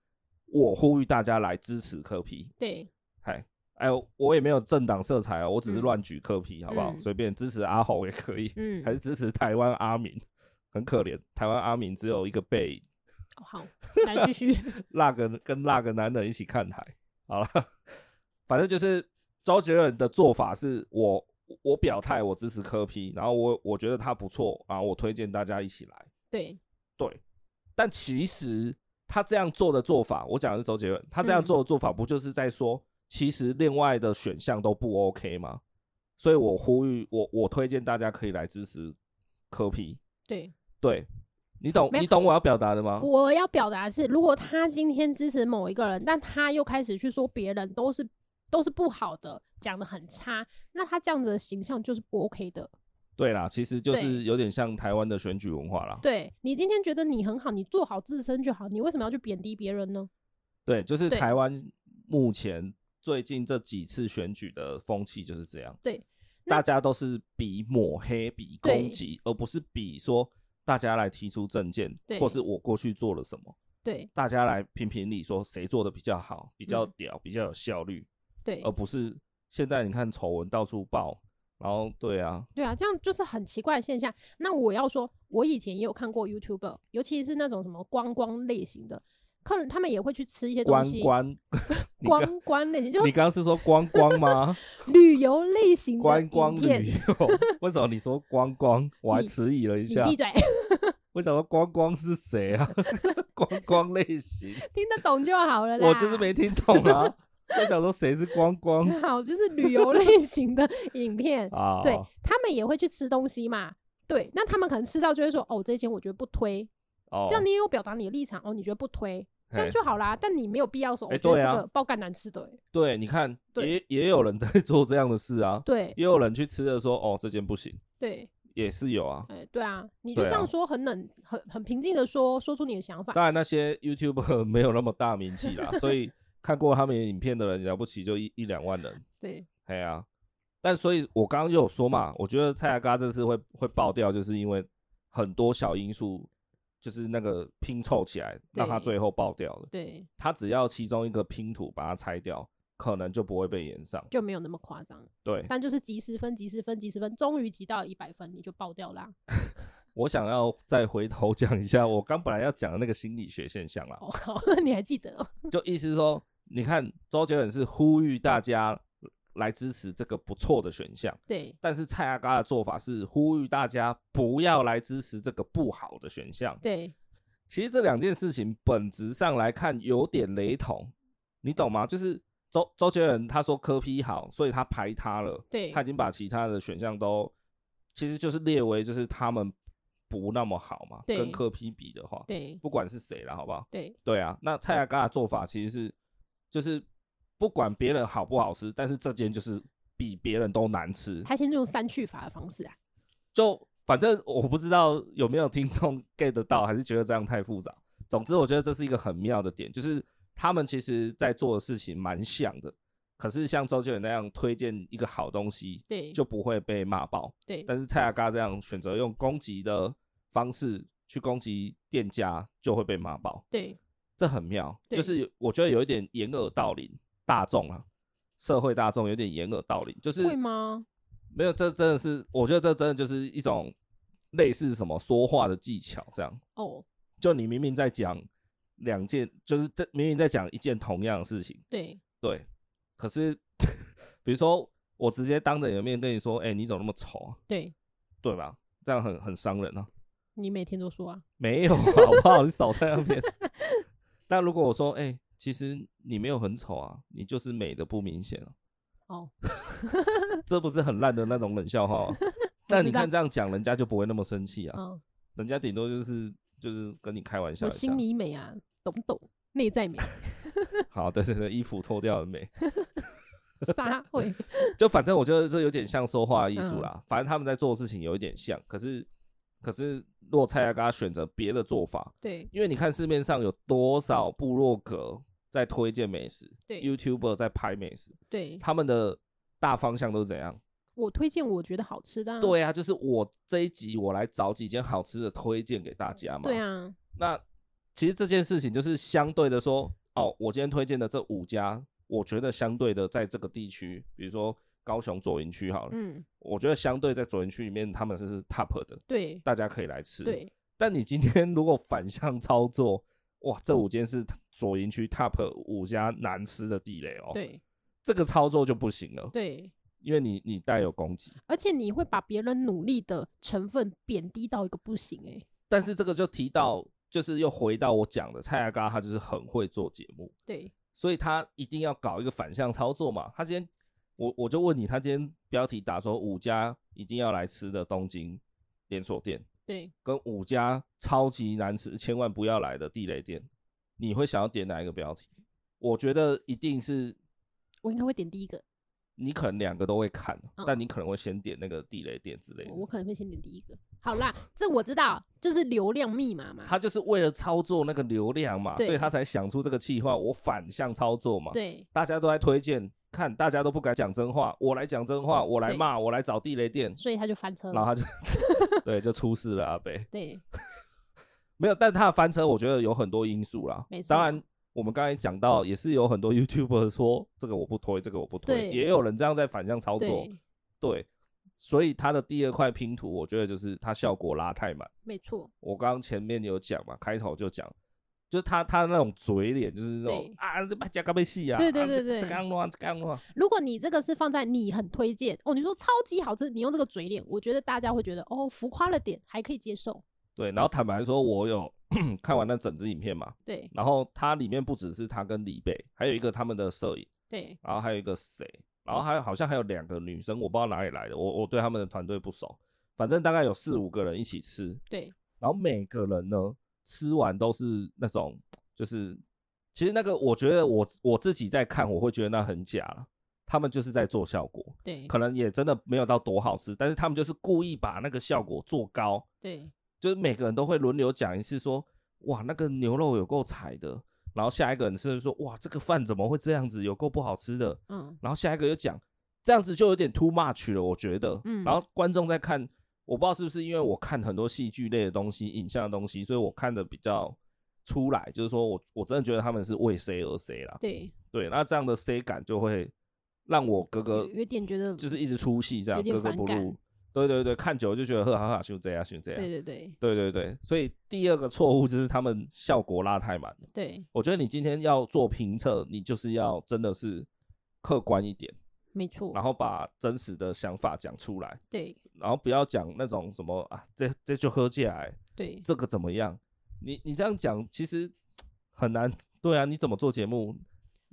A: 我呼吁大家来支持柯皮，
B: 对
A: 嗨，哎，我也没有政党色彩哦，我只是
B: 嗯
A: 乱举柯皮，好不好？
B: 嗯
A: 随便支持阿豪也可以，
B: 嗯，
A: 还是支持台湾阿明，很可怜，台湾阿明只有一个背影，
B: 哦好，来 继续。
A: 那个跟那个男人一起看台，好了，反正就是周杰伦的做法是我我表态我支持柯批，然后我我觉得他不错，然后我推荐大家一起来。
B: 对
A: 对，但其实他这样做的做法，我讲的是周杰伦，他这样做的做法不就是在说，其实另外的选项都不 OK 吗？所以我呼吁我我推荐大家可以来支持柯批，
B: 对，
A: 对你懂
B: 没有
A: 你懂我要表达的吗？
B: 我要表达的是，如果他今天支持某一个人，但他又开始去说别人都是都是不好的，讲的很差，那他这样子的形象就是不 OK 的。
A: 对啦，其实就
B: 对
A: 是有点像台湾的选举文化啦。
B: 对你今天觉得你很好，你做好自身就好，你为什么要去贬低别人呢？
A: 对，就是
B: 对
A: 台湾目前最近这几次选举的风气就是这样。
B: 对，那
A: 大家都是比抹黑、比攻
B: 对
A: 击，而不是比说大家来提出证件，
B: 对
A: 或是我过去做了什么，
B: 对
A: 大家来评评理，说谁做的比较好、比较
B: 嗯
A: 屌、比较有效率，
B: 对
A: 而不是现在你看丑闻到处爆，然后对啊，
B: 对啊，这样就是很奇怪的现象。那我要说，我以前也有看过 YouTuber，尤其是那种什么观光类型的客人，他们也会去吃一些东
A: 关
B: 西，
A: 关，你刚
B: 观光类型，就
A: 你刚刚是说观光吗？
B: 旅游类型的
A: 观
B: 影
A: 光旅
B: 片
A: 游？ 为什么你说观光？我还
B: 你
A: 迟疑了一
B: 你
A: 下
B: 闭，嘴，
A: 我想说观光是谁啊？ 观光类型，
B: 听得懂就好了 啦。
A: 我就是没听懂啊。我想说谁是观光
B: 好，就是旅游类型的影片。
A: 啊？
B: 对他们也会去吃东西嘛。对，那他们可能吃到就会说，哦，这间我觉得不推，
A: 哦，
B: 这样你也有表达你的立场，哦，你觉得不推，这样
A: 嘿
B: 就好啦。但你没有必要说，
A: 哎
B: 我觉得
A: 对
B: 这
A: 啊
B: 个爆干难吃的、欸，
A: 对，你看，
B: 对
A: 也也有人在做这样的事啊，
B: 对
A: 也有人去吃的说，哦，这间不行，
B: 对，
A: 也是有啊。
B: 哎、对啊，你就
A: 对
B: 这样
A: 啊
B: 说很冷，很很平静的说，说出你的想法。
A: 当然，那些 YouTube 没有那么大名 气啦，所以看过他们影片的人了不起就一一两万人，
B: 对，
A: 哎呀、但所以，我刚刚就有说嘛，我觉得蔡阿嘎这次会会爆掉，就是因为很多小因素，就是那个拼凑起来，让他
B: 对
A: 最后爆掉了。
B: 对，
A: 他只要其中一个拼图把它拆掉，可能就不会被延上。
B: 就没有那么夸张，
A: 对，
B: 但就是几十分、几十分、几十分，终于集到一百分，你就爆掉啦。
A: 我想要再回头讲一下，我刚本来要讲的那个心理学现象啦，
B: 哦， 好，你还记得、哦？
A: 就意思是说，你看周杰伦是呼吁大家来支持这个不错的选项，
B: 对，
A: 但是蔡阿嘎的做法是呼吁大家不要来支持这个不好的选项。
B: 对，
A: 其实这两件事情本质上来看有点雷同，你懂吗？就是周周杰伦他说柯批好，所以他排他了，
B: 对
A: 他已经把其他的选项都其实就是列为就是他们不那么好嘛，
B: 对
A: 跟柯批比的话，
B: 对，
A: 不管是谁了，好不好？
B: 对，
A: 对啊，那蔡阿嘎的做法其实是就是不管别人好不好吃，但是这间就是比别人都难吃，
B: 他先用删去法的方式啊。
A: 就反正我不知道有没有听众 get 得到， 还是觉得这样太复杂。总之，我觉得这是一个很妙的点，就是他们其实在做的事情蛮像的，可是像周杰伦那样推荐一个好东西
B: 对，
A: 就不会被骂爆，
B: 对，
A: 但是蔡阿嘎这样选择用攻击的方式去攻击店家，就会被骂爆。
B: 对，
A: 这很妙，
B: 对
A: 就是有我觉得有一点掩耳盗铃，大众啊，社会大众有点掩耳盗铃，就是
B: 会吗？
A: 没有，这真的是，我觉得这真的就是一种类似什么说话的技巧，这样，
B: 哦，
A: 就你明明在讲两件，就是这明明在讲一件同样的事情，
B: 对，
A: 对，可是 比如说我直接当着你的面跟你说，哎、你怎么那么丑、啊，
B: 对
A: 对吧？这样很很伤人啊。
B: 你每天都说啊，
A: 没有，好不好？你少在那边。 但如果我说，哎、其实你没有很丑啊，你就是美的不明显啊，
B: 哦，
A: 这不是很烂的那种冷笑话吗？哦但你
B: 知道
A: 看这样讲，人家就不会那么生气啊，
B: 嗯，
A: 人家顶多就是就是跟你开玩笑
B: 我
A: 一下
B: 心。里美啊，懂不懂？内在美，
A: 好，对对对，衣服脱掉很美，
B: 撒会，
A: 就反正我觉得这有点像说话艺
B: 嗯
A: 术啦。反正他们在做的事情有一点像，可是可是
B: 嗯
A: 若蔡阿嘎选择别的做法，
B: 对
A: 因为你看市面上有多少部落格在推荐美食，
B: 对
A: YouTuber 在拍美食，
B: 对，
A: 他们的大方向都是怎样？
B: 我推荐我觉得好吃的、啊，
A: 对啊，就是我这一集我来找几间好吃的推荐给大家嘛。
B: 对，啊，
A: 那其实这件事情就是相对的说，哦，我今天推荐的这五家，我觉得相对的在这个地区，比如说高雄左营区好了，
B: 嗯，
A: 我觉得相对在左营区里面他们是是 top 的，
B: 对
A: 大家可以来吃。
B: 对
A: 但你今天如果反向操作，哇，
B: 嗯
A: 这五间是左营区 Top 五家难吃的地雷哦。，
B: 对
A: 这个操作就不行了，
B: 对，
A: 因为你你带有攻击。
B: 而且你会把别人努力的成分贬低到一个不行、欸，
A: 但是这个就提到，就是又回到我讲的蔡阿嘎，他就是很会做节目，
B: 对
A: 所以他一定要搞一个反向操作嘛。他今天我我就问你，他今天标题打说五家一定要来吃的东京连锁店，
B: 对，
A: 跟五家超级难吃、千万不要来的地雷店，你会想要点哪一个标题？我觉得一定是
B: 我应该会点第一个，
A: 你可能两个都会看，
B: 嗯
A: 但你可能会先点那个地雷店之类的。
B: 我可能会先点第一个。好啦，这我知道，就是流量密码嘛，
A: 他就是为了操作那个流量嘛，
B: 对
A: 所以他才想出这个计划。我反向操作嘛，
B: 对
A: 大家都在推荐，看大家都不敢讲真话，我来讲真话，我来
B: 哦对
A: 骂，我来找地雷店，
B: 所以他就翻车
A: 然
B: 了，
A: 后他就 对就出事了阿北。
B: 对
A: 没有，但他的翻车，我觉得有很多因素啦。
B: 没错
A: 当然，我们刚才讲到，也是有很多 YouTuber 说这个我不推，这个我不推，
B: 对
A: 也有人这样在反向操作。
B: 对
A: 对，所以它的第二块拼图，我觉得就是它效果拉太满。
B: 没错，
A: 我刚刚前面有讲嘛，开头就讲，就是他他那种嘴脸，就是那种
B: 对
A: 啊，这把加咖啡戏啊，
B: 对对
A: 啊
B: 对
A: 这
B: 对
A: 这刚乱，这刚啊乱，
B: 如果你这个是放在你很推荐哦，你说超级好吃，你用这个嘴脸，我觉得大家会觉得哦浮夸了点，还可以接受。
A: 对。然后坦白说，我有 看完那整支影片嘛，
B: 对
A: 然后它里面不只是他跟李贝，还有一个他们的摄影，
B: 对，
A: 然后还有一个谁，然后还有好像还有两个女生，我不知道哪里来的，我我对他们的团队不熟，反正大概有
B: 嗯
A: 四五个人一起吃，
B: 对，
A: 然后每个人呢吃完都是那种，就是其实那个我觉得我我自己在看，我会觉得那很假了。他们就是在做效果，
B: 对，
A: 可能也真的没有到多好吃，但是他们就是故意把那个效果做高，
B: 对，
A: 就是每个人都会轮流讲一次说，哇，那个牛肉有够柴的，然后下一个人甚至说，哇，这个饭怎么会这样子，有够不好吃的，
B: 嗯，
A: 然后下一个又讲，这样子就有点 too much 了，我觉得。
B: 嗯
A: 然后观众在看，我不知道是不是因为我看很多戏剧类的东西、影像的东西，所以我看的比较出来，就是说我我真的觉得他们是为谁而谁啦。
B: 对，
A: 对，那这样的 C 感就会让我格格
B: 有有点觉得，
A: 就是一直出戏，这样
B: 有点
A: 格格
B: 反
A: 不
B: 感
A: 入。对对对，看久了就觉得呵，哈哈，就这样，就这
B: 对
A: 样。
B: 对对
A: 对对对，所以第二个错误就是他们效果拉太满了。
B: 对，
A: 我觉得你今天要做评测，你就是要真的是客观一点。
B: 没错
A: 然，后把真实的想法讲出来，
B: 对
A: 然后不要讲那种什么啊，这这就喝起来，
B: 对
A: 这个怎么样？你你这样讲其实很难，对啊，你怎么做节目？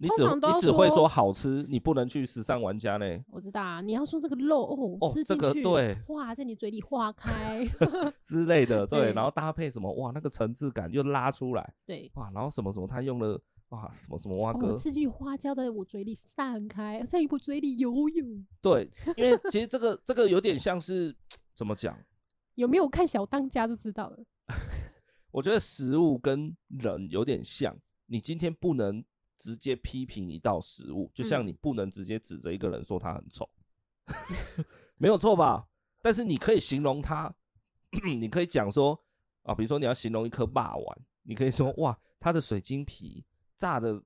A: 你只
B: 通常都要
A: 你只会
B: 说
A: 说好吃，你不能去时尚玩家呢。
B: 我知道啊，你要说这个肉哦，
A: 哦
B: 吃
A: 这
B: 进
A: 个
B: 去，
A: 对，
B: 哇，在你嘴里化 开，
A: 之类的，对，
B: 对
A: 然后搭配什么哇，那个层次感又拉出来，
B: 对，
A: 哇，然后什么什么他用了哇什么什么蛙哥，
B: 哦，吃进去花椒在我嘴里散开，在我嘴里游泳。
A: 对，因为其实这个这个有点像是怎么讲？
B: 有没有看小当家就知道了。
A: 我觉得食物跟人有点像，你今天不能直接批评一道食物，就像
B: 嗯
A: 你不能直接指着一个人说他很丑， 没有错吧？但是你可以形容他， 你可以讲说啊，比如说你要形容一颗霸丸，你可以说哇，它的水晶皮炸的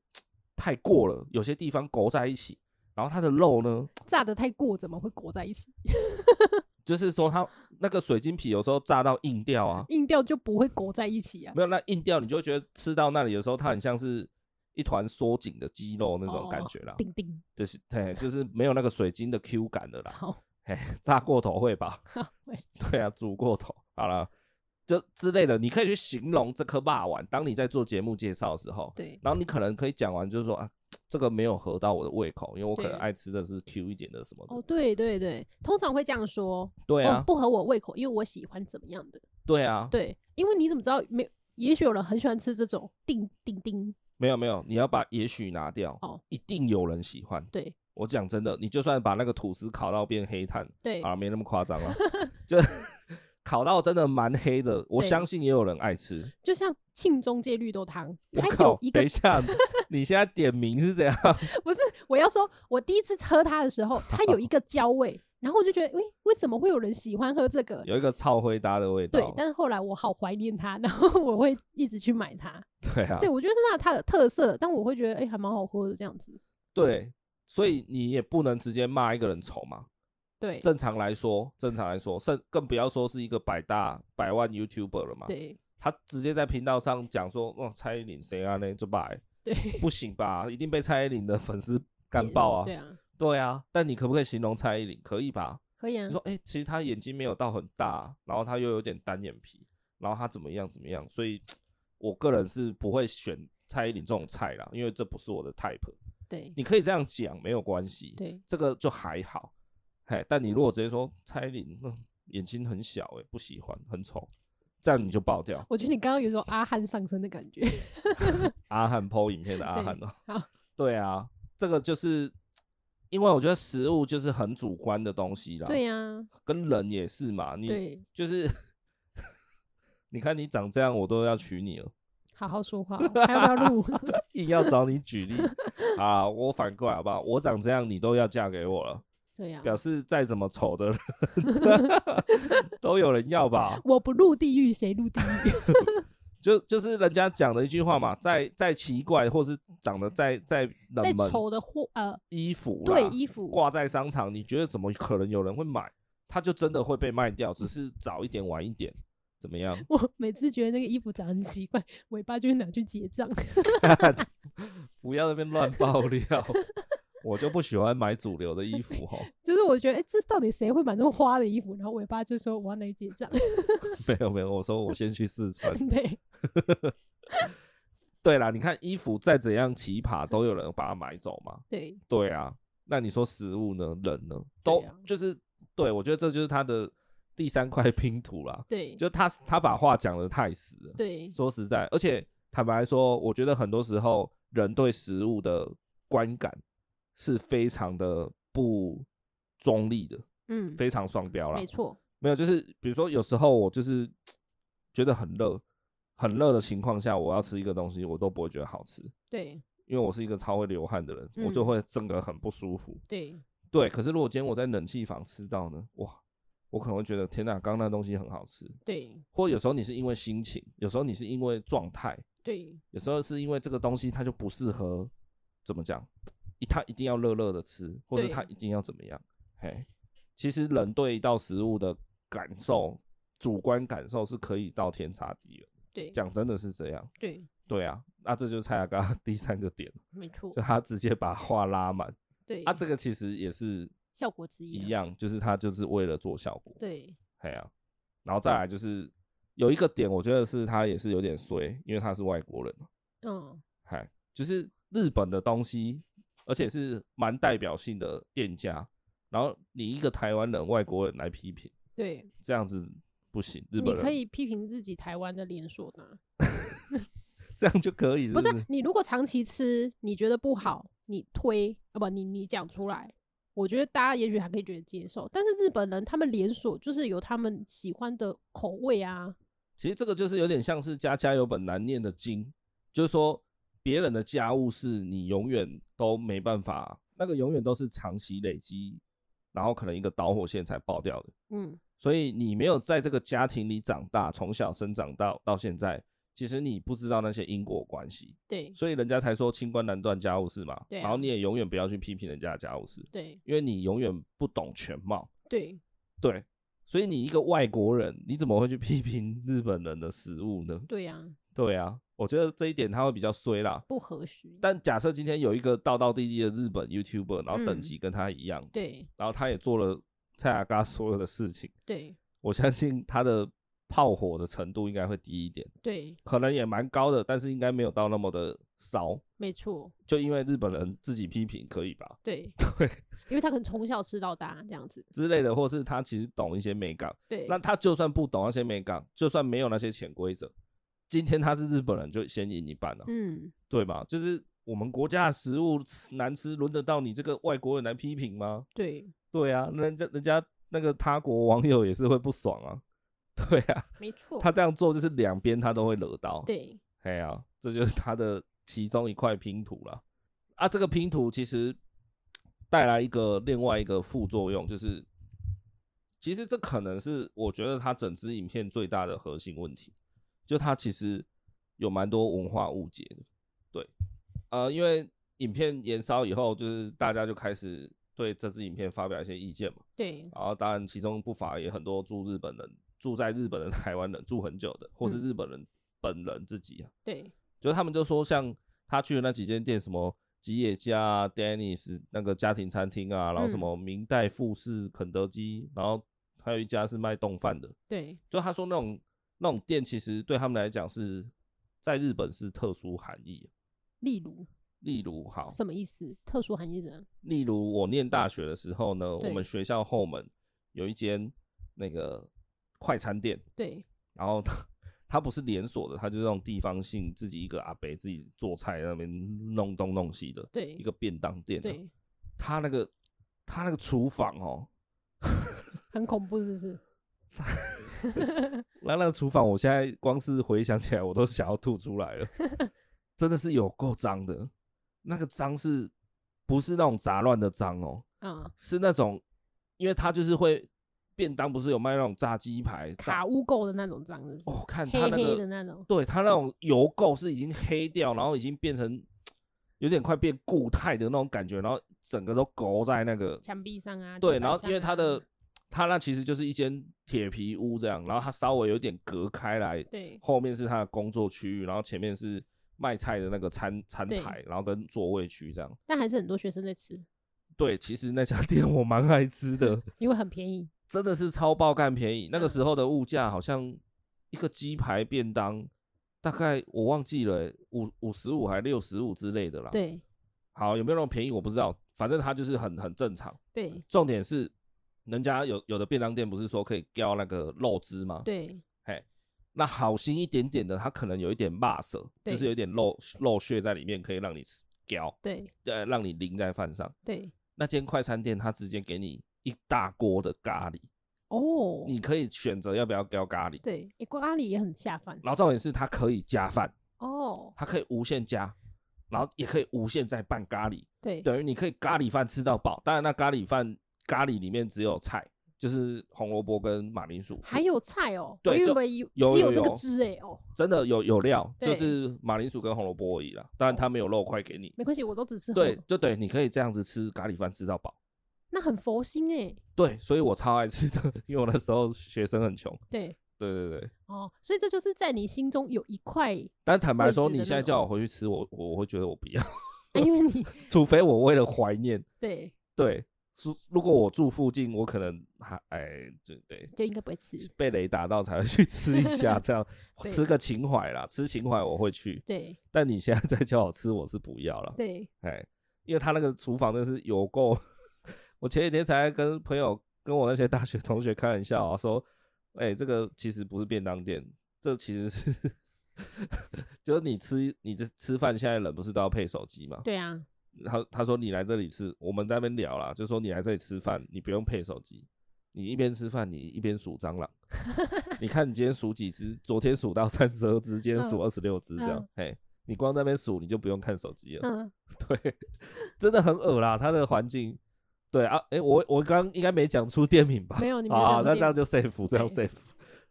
A: 太过了，有些地方勾在一起，然后它的肉呢，
B: 炸得太过怎么会裹在一起？
A: 就是说它那个水晶皮有时候炸到硬掉啊，
B: 硬掉就不会裹在一起啊。
A: 没有那硬掉，你就会觉得吃到那里的时候，它很像是一团缩紧的肌肉那
B: 哦
A: 种感觉啦，
B: 叮叮，
A: 就是嘿，就是没有那个水晶的 Q 感的啦。
B: 好，
A: 嘿，炸过头会吧？
B: 喂
A: 对啊，煮过头，好了，就之类的，你可以去形容这颗霸丸。当你在做节目介绍的时候，
B: 对
A: 然后你可能可以讲完，就是说啊，这个没有合到我的胃口，因为我可能
B: 对
A: 爱吃的是 Q 一点的什么的。
B: 哦，对对对，通常会这样说，
A: 对
B: 哦
A: 啊，，
B: 不合我胃口，因为我喜欢怎么样的。
A: 对啊，
B: 对，因为你怎么知道没？也许有人很喜欢吃这种叮叮叮，
A: 没有没有，你要把也许拿掉，
B: 哦
A: 一定有人喜欢。
B: 对
A: 我讲真的，你就算把那个吐司烤到变黑炭，
B: 对
A: 啊，没那么夸张了，就烤到真的蛮黑的，我
B: 对
A: 相信也有人爱吃。
B: 就像庆中街绿豆汤，
A: 我
B: 它有
A: 靠
B: 一，个
A: 等一下，你现在点名是怎样？
B: 不是，我要说，我第一次喝它的时候，它有一个焦味，然后我就觉得，喂，为什么会有人喜欢喝这个？
A: 有一个超灰搭的味
B: 对
A: 道，。
B: 但是后来我好怀念它，然后我会一直去买它。
A: 对啊
B: 对，，我觉得是它的它的特色，但我会觉得哎、诶还蛮好喝的这样子。
A: 对，所以你也不能直接骂一个人丑嘛。
B: 对
A: 正常来说，正常来说，甚更不要说是一个百大百万 YouTuber 了嘛。
B: 对
A: 他直接在频道上讲说，哇，蔡依林谁啊？那这把
B: 对，
A: 不行吧？一定被蔡依林的粉丝干爆啊！
B: 对啊，
A: 对啊，但你可不可以形容蔡依林？可以吧？
B: 可以啊
A: 你。说，哎、其实她眼睛没有到很大，然后她又有点单眼皮，然后她怎么样怎么样，所以我个人是不会选蔡依林这种菜啦，因为这不是我的 type。
B: 对
A: 你可以这样讲，没有关系，
B: 对
A: 这个就还好。嘿，但你如果直接说蔡依林、 嗯、眼睛很小、欸，不喜欢，很丑，这样你就爆掉。
B: 我觉得你刚刚有种阿汉上身的感觉。
A: 啊阿汉 PO 影片的阿
B: 对
A: 汉哦、
B: 好
A: 对啊，这个就是因为我觉得食物就是很主观的东西啦，
B: 对呀，
A: 跟人也是嘛，你
B: 对，
A: 就是 你看你长这样，我都要娶你了，
B: 好好说 话哦，还要不要录？
A: 硬要找你举例啊！我反过来好不好？我长这样，你都要嫁给我了，
B: 对呀，
A: 表示再怎么丑的人 都有人要吧？
B: 我不入地狱，谁入地狱？
A: 就就是人家讲的一句话嘛，再再奇怪，或是长得再再冷
B: 在
A: 门，
B: 丑的货呃，
A: 衣服啦
B: 对衣服，
A: 挂在商场，你觉得怎么可能有人会买？它就真的会被卖掉，只是早一点晚一点怎么样？
B: 我每次觉得那个衣服长得很奇怪，尾巴就会拿去结账。
A: 不要在那边乱 爆料，我就不喜欢买主流的衣服哦哈。
B: 就是我觉得，哎、这到底谁会买这么花的衣服？然后尾巴就说我要拿去结 账。
A: 没有没有，我说我先去试 穿。
B: 对，
A: 对啦，你看衣服再怎样奇葩，都有人把它买走嘛。
B: 对，
A: 对啊，那你说食物呢？人呢？都、
B: 对啊
A: 就是对，我觉得这就是他的第三块拼图啦。
B: 对，
A: 就他他把话讲的太死了。
B: 对，
A: 说实在，而且坦白说，我觉得很多时候人对食物的观感是非常的不中立的，
B: 嗯，
A: 非常双标啦
B: 没。错，
A: 没有，就是比如说有时候我就是觉得很热，很热的情况下，我要吃一个东西，我都不会觉得好吃，
B: 对，
A: 因为我是一个超会流汗的人，我
B: 嗯
A: 就会整个很不舒服。
B: 对，
A: 对，可是如果今天我在冷气房吃到呢，哇，我可能会觉得天哪，刚刚那东西很好吃。
B: 对，
A: 或有时候你是因为心情，有时候你是因为状态，
B: 对，
A: 有时候是因为这个东西它就不适合，怎么讲？一它一定要热热的吃，或者
B: 对
A: 它一定要怎么样？嘿，其实人对一道食物的感受，主观感受是可以到天差地远。
B: 对，
A: 讲真的是这样，
B: 对，
A: 对啊，那这就是蔡雅刚刚 第三个点，
B: 没错
A: 就，他直接把话拉满。
B: 对，
A: 啊，这个其实也是
B: 效果之一啊
A: 一，样，就是他就是为了做效果。
B: 对，
A: 嘿啊，然后再来就是有一个点，我觉得是他也是有点衰，因为他是外国人。
B: 嗯，
A: 嗨，就是日本的东西，而且是蛮代表性的店家，然后你一个台湾人、外国人来批评，
B: 对，
A: 这样子不行，日
B: 你
A: 本
B: 可
A: 人
B: 以批评自己台湾的连锁呢，
A: 这样就可以是
B: 不
A: 是，
B: 是你如果长期吃，你觉得不好，你推啊不，你你讲出来，我觉得大家也许还可以觉得接受，但是日本人他们连锁就是有他们喜欢的口味啊，
A: 其实这个就是有点像是家家有本难念的经，就是说别人的家务事你永远都没办法，那个永远都是长期累积，然后可能一个导火线才爆掉的。
B: 嗯，
A: 所以你没有在这个家庭里长大，从小生长到到现在，其实你不知道那些因果关系。
B: 对
A: 所以人家才说清官难断家务事嘛。
B: 对啊
A: 然后你也永远不要去批评人家的家务事，
B: 对
A: 因为你永远不懂全貌。
B: 对
A: 对，所以你一个外国人，你怎么会去批评日本人的食物呢？
B: 对啊，
A: 对啊，我觉得这一点他会比较衰啦。
B: 不合时宜，
A: 但假设今天有一个道道地地的日本 YouTuber，然后等
B: 嗯
A: 级跟他一样，
B: 对
A: 然后他也做了蔡雅嘎所有的事情，
B: 对
A: 我相信他的炮火的程度应该会低一点，
B: 对，
A: 可能也蛮高的，但是应该没有到那么的烧。
B: 没错，
A: 就因为日本人自己批评可以吧？
B: 对
A: 对，
B: 因为他可能从小吃到大这样子，
A: 之类的，或是他其实懂一些美感。
B: 对
A: 那他就算不懂那些美感，就算没有那些潜规则，今天他是日本人，就先赢一半了、啊
B: 嗯，
A: 对吧？就是我们国家的食物吃难吃，轮得到你这个外国人来批评吗？
B: 对，
A: 对啊，人家人家那个他国网友也是会不爽啊。 对啊，
B: 没错，
A: 他这样做就是两边他都会惹到。
B: 对
A: 哎呀、这就是他的其中一块拼图了。啊，这个拼图其实带来一个另外一个副作用，就是其实这可能是我觉得他整支影片最大的核心问题，就他其实有蛮多文化误解的。对，呃，因为影片延烧以后，就是大家就开始对这支影片发表一些意见嘛。
B: 对
A: 然后当然其中不乏也很多住日本人、住在日本的台湾人住很久的，或是
B: 嗯
A: 日本人本人自己啊，
B: 对
A: 就是他们就说像他去的那几间店，什么吉野家啊、Dennis 那个家庭餐厅啊，然后什
B: 嗯
A: 么明代富士、肯德基，然后还有一家是卖冻饭的，
B: 对
A: 就他说那种那种店其实对他们来讲是在日本是特殊含义。
B: 例如
A: 例如，好，
B: 什么意思？特殊含义人，
A: 例如我念大学的时候呢，我
B: 对
A: 们学校后门有一间那个快餐店，
B: 对
A: 然后 它它不是连锁的，它就是那种地方性，自己一个阿伯自己做菜在那边弄东弄西的
B: 对
A: 一个便当店、啊。
B: 对，
A: 他那个他那个厨房哦，
B: 很恐怖，是不是？ 嗯
A: 那那个厨房，我现在光是回想起来，我都想要吐出 来了，真的是有够脏的。那个脏是不是那种杂乱的脏哦？
B: 啊、
A: 是那种，因为他就是会便当，不是有卖那种炸鸡排炸
B: 卡污垢的那种脏，是不是？
A: 哦，看他
B: 黑
A: 那
B: 黑
A: 个
B: 的那种，
A: 对它那种油垢是已经黑掉，然后已经变成有点快变固态的那种感觉，然后整个都勾在那个
B: 墙壁上啊，
A: 对，
B: 地板
A: 然后
B: 上
A: 因为它
B: 啊
A: 的它那其实就是一间铁皮屋这样，然后它稍微有点隔开来，
B: 对
A: 后面是他的工作区域，然后前面是卖菜的那个餐餐
B: 对
A: 台，然后跟座位区这样。
B: 但还是很多学生在吃，
A: 对，其实那家 店我蛮爱吃 的，
B: 因为很便宜。
A: 真的是超爆干便宜。那个
B: 嗯
A: 时候的物价好像一个鸡排便当，大概我忘记了欸、五五十五还六十五之类的啦。，
B: 对
A: 好有没有那么便宜我不知道，反正它就是很很正常。
B: 对
A: 重点是，人家有有的便当店不是说可以浇那个肉汁吗？
B: 对
A: 那好心一点点的，它可能有一点辣色，
B: 对
A: 就是有点肉肉屑在里面，可以让你吃嚼，
B: 对
A: 呃，让你淋在饭上。
B: 对，
A: 那间快餐店它直接给你一大锅的咖喱，
B: 哦，
A: 你可以选择要不要浇咖喱。
B: 对，诶咖喱也很下饭
A: 然后重点是它可以加饭，
B: 哦。
A: 它可以无限加，然后也可以无限再拌咖喱，
B: 对
A: 等于你可以咖喱饭吃到饱。当然，那咖喱饭咖喱里面只有菜，就是红萝卜跟马铃薯，
B: 还有菜哦，我
A: 对
B: 以
A: 就
B: 为有
A: 有
B: 只
A: 有
B: 那个
A: 有
B: 汁哎哦，
A: 真的有有料，就
B: 对
A: 是马铃薯跟红萝卜而已啦。当然它没有肉块给你。
B: 没关系，我都只 吃
A: 对
B: 红，
A: 就对，你可以这样子吃咖喱饭吃到饱。
B: 那很佛心哎，
A: 对，所以我超爱吃的， 因为我那时候学生很穷。
B: 对
A: 对对对，
B: 哦，所以这就是在你心中有一 块，啊
A: 但坦白
B: 位置
A: 说，
B: 的
A: 你
B: 那
A: 现在
B: 种
A: 叫我回去吃，我我我会觉得我不要，
B: 啊因为你
A: 除非我为了怀念。
B: 对
A: 对，是如果我住附近，我可能还哎，对对，
B: 就应该不会吃，
A: 被雷打到才会去吃一 下，这样
B: 对
A: 吃个情怀啦，吃情怀我会去。
B: 对
A: 但你现在再叫我吃，我是不要了。
B: 对
A: 哎，因为他那个厨房真是有够。 我前几天才跟朋友、跟我那些大学同学开玩笑啊，说，哎、这个其实不是便当店，这其实是， 就是你吃你这吃饭，现在人不是都要配手机嘛？
B: 对啊，
A: 他他说你来这里吃，我们在那边聊啦，就说你来这里吃饭，你不用配手机，你一边吃饭，你一边数蟑螂。你看你今天数几只，昨天数到三十二只，今天数二十六只，这样
B: 嗯，
A: 哎、你光在那边数，你就不用看手机了。
B: 嗯，
A: 对，真的很恶啦，它的环境。对啊，诶，我我刚应该没讲出店名吧？
B: 没有你没有讲
A: 啊，
B: 出
A: 那
B: 店
A: 这样就 safe，这样
B: 对
A: safe。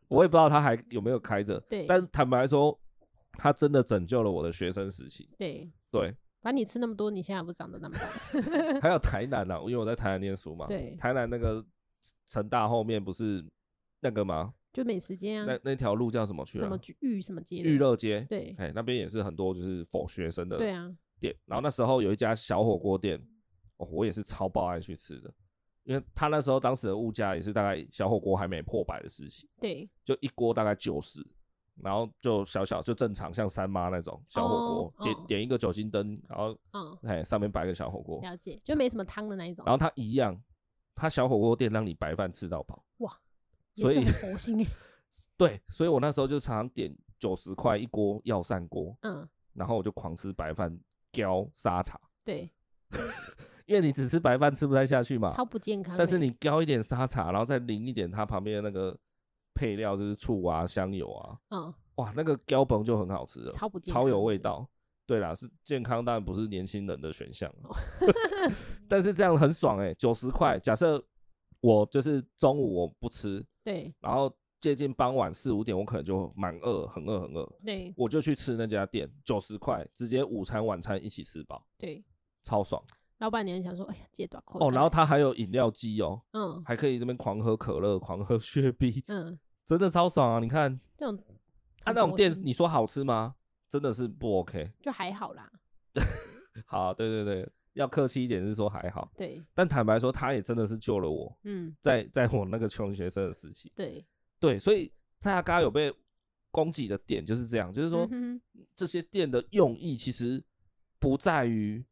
A: 我也不知道他还有没有开着，
B: 对
A: 但坦白说，他真的拯救了我的学生时 期。
B: 对，
A: 对，
B: 反正你吃那么多，你现在不长得那么大，
A: 还有台南啊，因为我在台南念书嘛，
B: 对
A: 台南那个成大后面不是那个吗？
B: 就美食街
A: 那
B: 啊，
A: 那条路叫什么去
B: 什么
A: 了？
B: 居玉什么街的，
A: 玉乐街。
B: 对
A: 哎，那边也是很多就是否学生的
B: 对啊，
A: 店，然后那时候有一家小火锅店，哦，我也是超爆爱去吃的，因为他那时候当时的物价也是大概小火锅还没破百的时期，
B: 对
A: 就一锅大概九十，然后就小小就正常像三妈那种小火锅，
B: 哦
A: 点、
B: 哦
A: 点一个酒精灯，然后
B: 嗯，
A: 哎上面摆个小火锅，
B: 了解，就没什么汤的那一种
A: 然，后它一样，它小火锅店让你白饭吃到饱，
B: 也
A: 所
B: 是
A: 以
B: 很佛心哎，
A: 对，所以我那时候就常常点九十块一锅药膳锅，
B: 嗯，
A: 然后我就狂吃白饭浇沙茶。
B: 对，
A: 因为你只吃白饭吃不太下去嘛，
B: 超不健
A: 啊
B: 康的，
A: 但是你浇一点沙茶，然后再淋一点它旁边的那个配料，就是醋啊、香油啊，
B: 嗯，
A: 哇，那个浇本就很好吃了，
B: 超不健
A: 超有
B: 康
A: 味
B: 的
A: 道。对啦，是健康，当然不是年轻人的选项啊， 但是这样很爽哎、欸，九十块。假设我就是中午我不吃，
B: 对
A: 然后接近傍晚四五点，我可能就蛮饿，很饿很饿，
B: 对
A: 我就去吃那家店，九十块，直接午餐晚餐一起吃饱，
B: 对，
A: 超爽
B: 老板娘想说，哎呀，借短裤
A: 哦。然后它还有饮料机哦，
B: 嗯
A: 还可以这边狂喝可乐、狂喝雪碧，
B: 嗯，
A: 真的超爽啊！你看，
B: 这种
A: 啊
B: 很
A: 那种
B: 佛
A: 店，
B: 心
A: 你说好吃吗？真的是不 OK。
B: 就还好啦，
A: 好啊、对对对，要客气一点是说还好，
B: 对，
A: 但坦白说，他也真的是救了我，
B: 嗯
A: 在在我那个穷学生的时期。
B: 对，
A: 对，所以在阿嘎有被攻击的点就是这样，就是说、
B: 嗯哼
A: 这些店的用意其实不在于，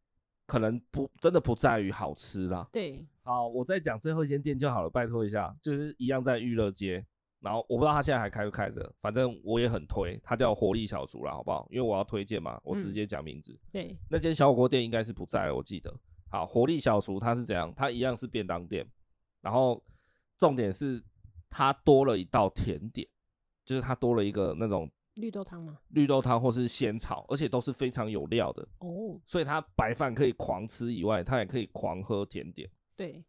A: 可能不真的不在于好吃啦，
B: 对
A: 好，我再讲最后一间店就好了，拜托一下，就是一样在娱乐街，然后我不知道它现在还开不开着，反正我也很推，它叫活力小厨啦，好不好？因为我要推荐嘛，我直接讲名字。
B: 对
A: 那间小火锅店应该是不在了，我记得。好，活力小厨它是怎样？它一样是便当店，然后重点是它多了一道甜点，就是它多了一个那种
B: 绿豆汤嘛，
A: 绿豆汤或是鲜草，而且都是非常有料的，
B: 哦
A: 所以它白饭可以狂吃以外，它也可以狂喝甜点。
B: 对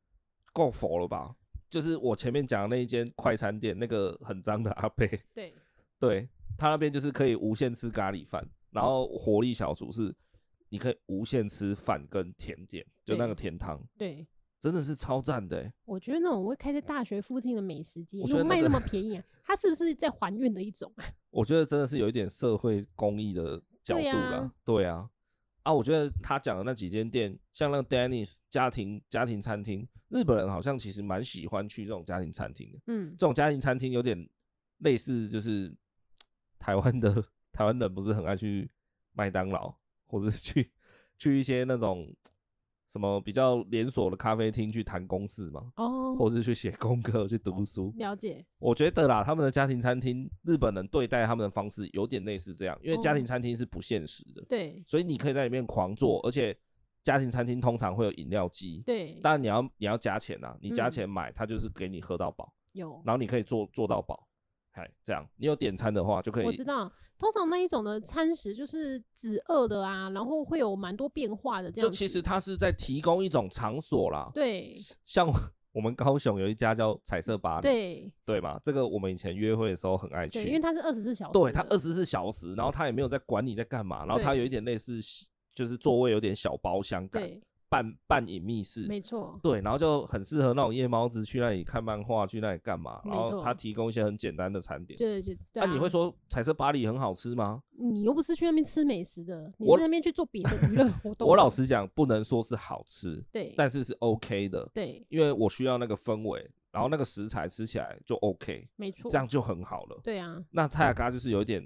A: 够佛了吧？就是我前面讲的那一间快餐店，那个很脏的阿贝，
B: 对
A: 对他那边就是可以无限吃咖喱饭，然后活力小厨是你可以无限吃饭跟甜点，就那个
B: 对
A: 甜汤，
B: 对
A: 真的是超赞的、欸，
B: 我觉得那种会开在大学附近的美食街，
A: 我觉
B: 又
A: 得那
B: 卖那
A: 个
B: 么便宜啊，它是不是在还愿的一种啊？
A: 我觉得真的是有一点社会公益的角度啦。对啊，啊，我觉得他讲的那几间店，像那个 Dennis 家庭家庭餐厅，日本人好像其实蛮喜欢去这种家庭餐厅的。
B: 嗯，
A: 这种家庭餐厅有点类似，就是台湾的 台湾人不是很爱去麦当劳，或者是去 去一些那种什么比较连锁的咖啡厅去谈公事嘛，
B: 哦，
A: 或是去写功课、去读书。
B: 了解，
A: 我觉得啦，他们的家庭餐厅，日本人对待他们的方式有点类似这样，因为家
B: 哦
A: 庭餐厅是不现实的，
B: 对
A: 所以你可以在里面狂做，而且家庭餐厅通常会有饮料机，
B: 对，
A: 当然你要你要加钱啊，你加
B: 嗯
A: 钱买，他就是给你喝到饱，
B: 有。
A: 然后你可以做做到饱，哎，这样你有点餐的话就可以
B: 我，知道，通常那一种的餐食就是止饿的啊，然后会有蛮多变化的这
A: 就
B: 样子。
A: 其实它是在提供一种场所啦，
B: 对
A: 像我我们高雄有一家叫彩色吧，
B: 对
A: 对嘛，这个我们以前约会的时候很爱
B: 对，因为
A: 去，
B: 它是二十四小时的，
A: 对，它二十四小时，然后它也没有在管你在干嘛，然后它
B: 对
A: 有一点类似就是座位有点小包厢感，
B: 对，
A: 半半隐秘室，
B: 没错，
A: 对，然后就很适合那种夜猫子去那里看漫画，去那里干嘛？
B: 没
A: 然后
B: 错
A: 他提供一些很简单的餐点。
B: 对对对。
A: 那、
B: 对
A: 你
B: 啊
A: 会说彩色巴黎很好吃吗？
B: 你又不是去那边吃美食的，你
A: 我
B: 是那边去做别的娱乐活动的。
A: 我老实讲，不能说是好吃，
B: 对
A: 但是是 OK 的，
B: 对，
A: 因为我需要那个氛围，然后那个食材吃起来就 OK，
B: 没错，
A: 这样就很好了。
B: 对啊，
A: 那蔡雅嘎就是有一点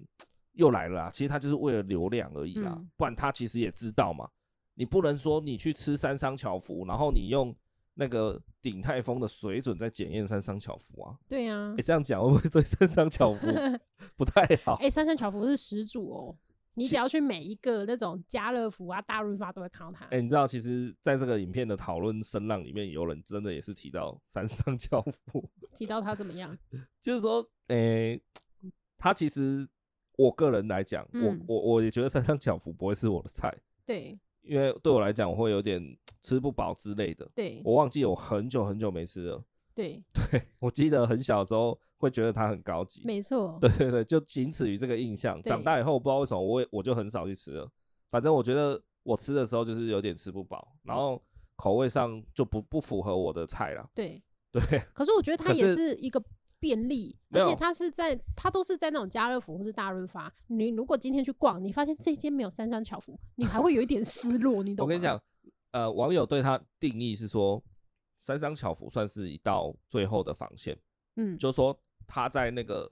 A: 又来了啦，其实他就是为了流量而已啦，
B: 嗯
A: 不然他其实也知道嘛。你不能说你去吃三商巧福，然后你用那个鼎泰丰的水准在检验三商巧福啊。
B: 对啊
A: 哎、。这样讲会不会对三商巧 福不太好？
B: 哎，三山巧福是始祖哦，你只要去每一个那种家乐福啊、大润发都会看到它。
A: 哎、你知道，其实在这个影片的讨论声浪里面，有人真的也是提到三商巧福，
B: 提到它怎么样？
A: 就是说，哎、他其实我个人来讲，
B: 嗯
A: 我我我也觉得三商巧福不会是我的菜，
B: 对
A: 因为对我来讲，我会有点吃不饱之类的。
B: 对
A: 我忘记我很久很久没吃了，
B: 对，
A: 我记得很小的时候会觉得它很高级，
B: 没错。
A: 对对对，就仅此于这个印象。
B: 对
A: 长大以后不知道为什么，我也我就很少去吃了。反正我觉得我吃的时候就是有点吃不饱，
B: 嗯
A: 然后口味上就不不符合我的菜啦。
B: 对，
A: 对，
B: 可是我觉得它
A: 可
B: 也
A: 是
B: 是一个便利，
A: 没
B: 而
A: 有
B: 且它是在它都是在那种家乐福或是大润发。你如果今天去逛，你发现这间没有三山巧福，你还会有一点失落，你懂
A: 我
B: 吗？
A: 跟你讲，呃，网友对它定义是说，三商巧福算是一道最后的防线，
B: 嗯，
A: 就是说它在那个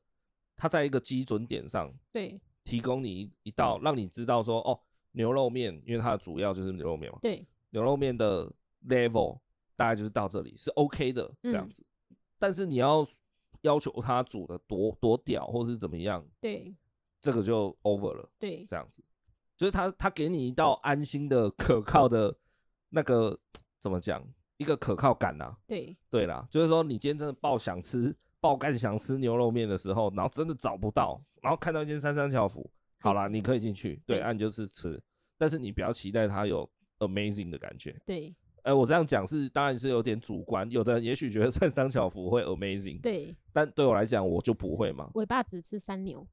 A: 它在一个基准点上
B: 对
A: 提供你一一道，让你知道说哦，牛肉面，因为它的主要就是牛肉面嘛，
B: 对
A: 牛肉面的 level 大概就是到这里是 OK 的这
B: 嗯
A: 样子，但是你要要求他煮的多多屌或是怎么样，
B: 对
A: 这个就 over 了
B: 对
A: 这样子，就是他他给你一
B: 哦
A: 道安心的可靠的那个怎么讲一个可靠感呐、啊，
B: 对
A: 对啦，就是说你今天真的爆想吃爆干想吃牛肉面的时候，然后真的找不到，然后看到一间三三巧福，
B: 可以
A: 好啦，
B: 吃
A: 你可以进去，对，
B: 对
A: 那、你就是吃，但是你不要期待它有 amazing 的感觉。
B: 对
A: 呃，我这样讲是当然是有点主观，有的人也许觉得三商巧福会 amazing，
B: 对，
A: 但对我来讲我就不会嘛。
B: 尾巴只吃三牛，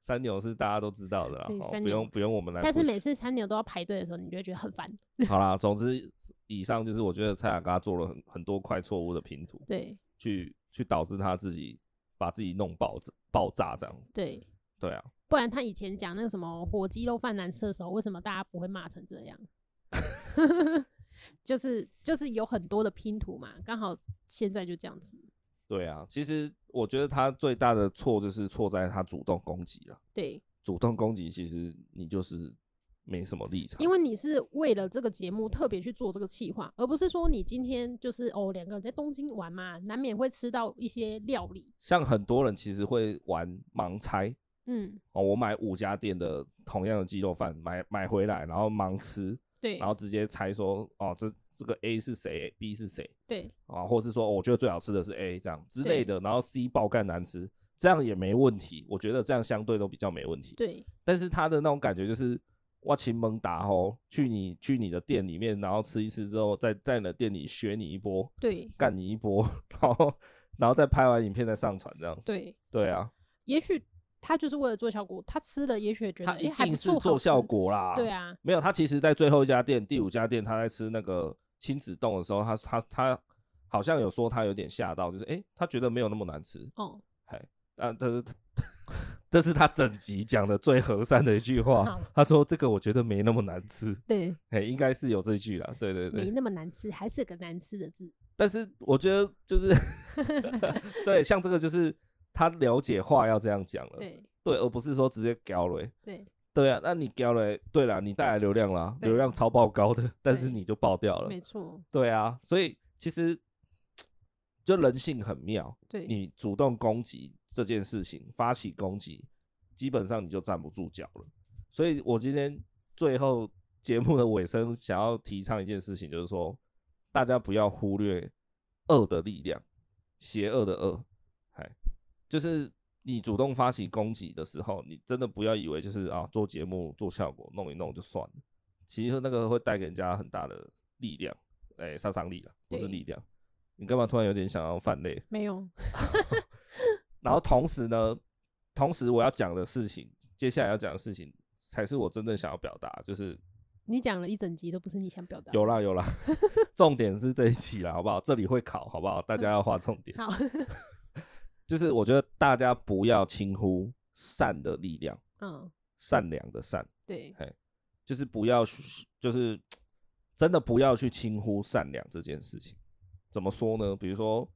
A: 三牛是大家都知道的啦，
B: 对
A: 好
B: 三
A: 不用
B: 牛
A: 哎不用我们来复
B: 但
A: 习。
B: 是每次三牛都要排队的时候，你就会觉得很烦。
A: 好啦，总之以上就是我觉得蔡雅嘎做了很很多块错误的拼图，
B: 对
A: 去去导致他自己把自己弄爆炸爆炸这样子。
B: 对，
A: 对啊，
B: 不然他以前讲那个什么火鸡肉饭难吃的时候，为什么大家不会骂成这样？ 就是就是有很多的拼图嘛，刚好现在就这样子。
A: 对啊，其实我觉得他最大的错就是错在他主动攻击了，
B: 对，
A: 主动攻击其实你就是没什么立场，
B: 因为你是为了这个节目特别去做这个企划，而不是说你今天就是哦两个人在东京玩嘛，难免会吃到一些料理。
A: 像很多人其实会玩盲猜。
B: 嗯，
A: 哦，我买五家店的同样的鸡肉饭，买买回来，然后盲吃，
B: 对
A: 然后直接猜说，哦，这这个 A 是谁，B 是谁
B: 对
A: 啊，或是说、哦我觉得最好吃的是 A 这样之类的，然后 C 爆干难吃，这样也没问题，我觉得这样相对都比较没问题。
B: 对
A: 但是他的那种感觉就是，哇，秦蒙达吼，去你去你的店里面，然后吃一吃之后，再在你的店里学你一波，
B: 对
A: 干你一波，然后然后再拍完影片再上传这样子。
B: 对，
A: 对啊，
B: 也许他就是为了做效果，他吃了也许也觉得
A: 他
B: 哎、
A: 一
B: 还
A: 定
B: 不
A: 是
B: 错，
A: 做
B: 好吃
A: 效。果啦。
B: 对，啊，
A: 没有，他其实在最后一家店、第五家店，他在吃那个亲子冻的时候，他他他好像有说他有点吓到，就是诶，他觉得没有那么难吃，
B: 哦，
A: 啊，但是 这是他整集讲的最和善的一句话
B: 好。
A: 他说这个我觉得没那么难吃，
B: 对，
A: 哎，应该是有这句啦。对对
B: 没
A: 对，
B: 那么难吃，还是个难吃的字。
A: 但是我觉得就是 对，像这个就是他了解话要这样讲了，
B: 对
A: 对，而不是说直接屌了。
B: 对
A: 对啊，那你屌了，对啦，你带来流量啦，
B: 对
A: 流量超爆高的，但是
B: 对
A: 你就爆掉了
B: 没。错，
A: 对啊，所以其实就人性很妙，
B: 对
A: 你主动攻击这件事情，发起攻击，基本上你就站不住脚了。所以我今天最后节目的尾声，想要提倡一件事情，就是说大家不要忽略恶的力量，邪恶的恶，哎，就是你主动发起攻击的时候，你真的不要以为就是啊做节目做效果弄一弄就算了，其实那个会带给人家很大的力量，哎、杀伤力了，不是
B: 对
A: 力量。你干嘛突然有点想要犯累？
B: 没有，
A: 然后同时呢，同时我要讲的事情，接下来要讲的事情，才是我真正想要表达，就是
B: 你讲了一整集都不是你想表达的。
A: 有啦有啦， 重点是这一期啦，好不好？这里会考，好不好？大家要划重点。
B: 好，
A: 就是我觉得大家不要轻忽善的力量，
B: 嗯，
A: 善良的善，
B: 对
A: 就是不要去，就是真的不要去轻忽善良这件事情。怎么说呢？比如说，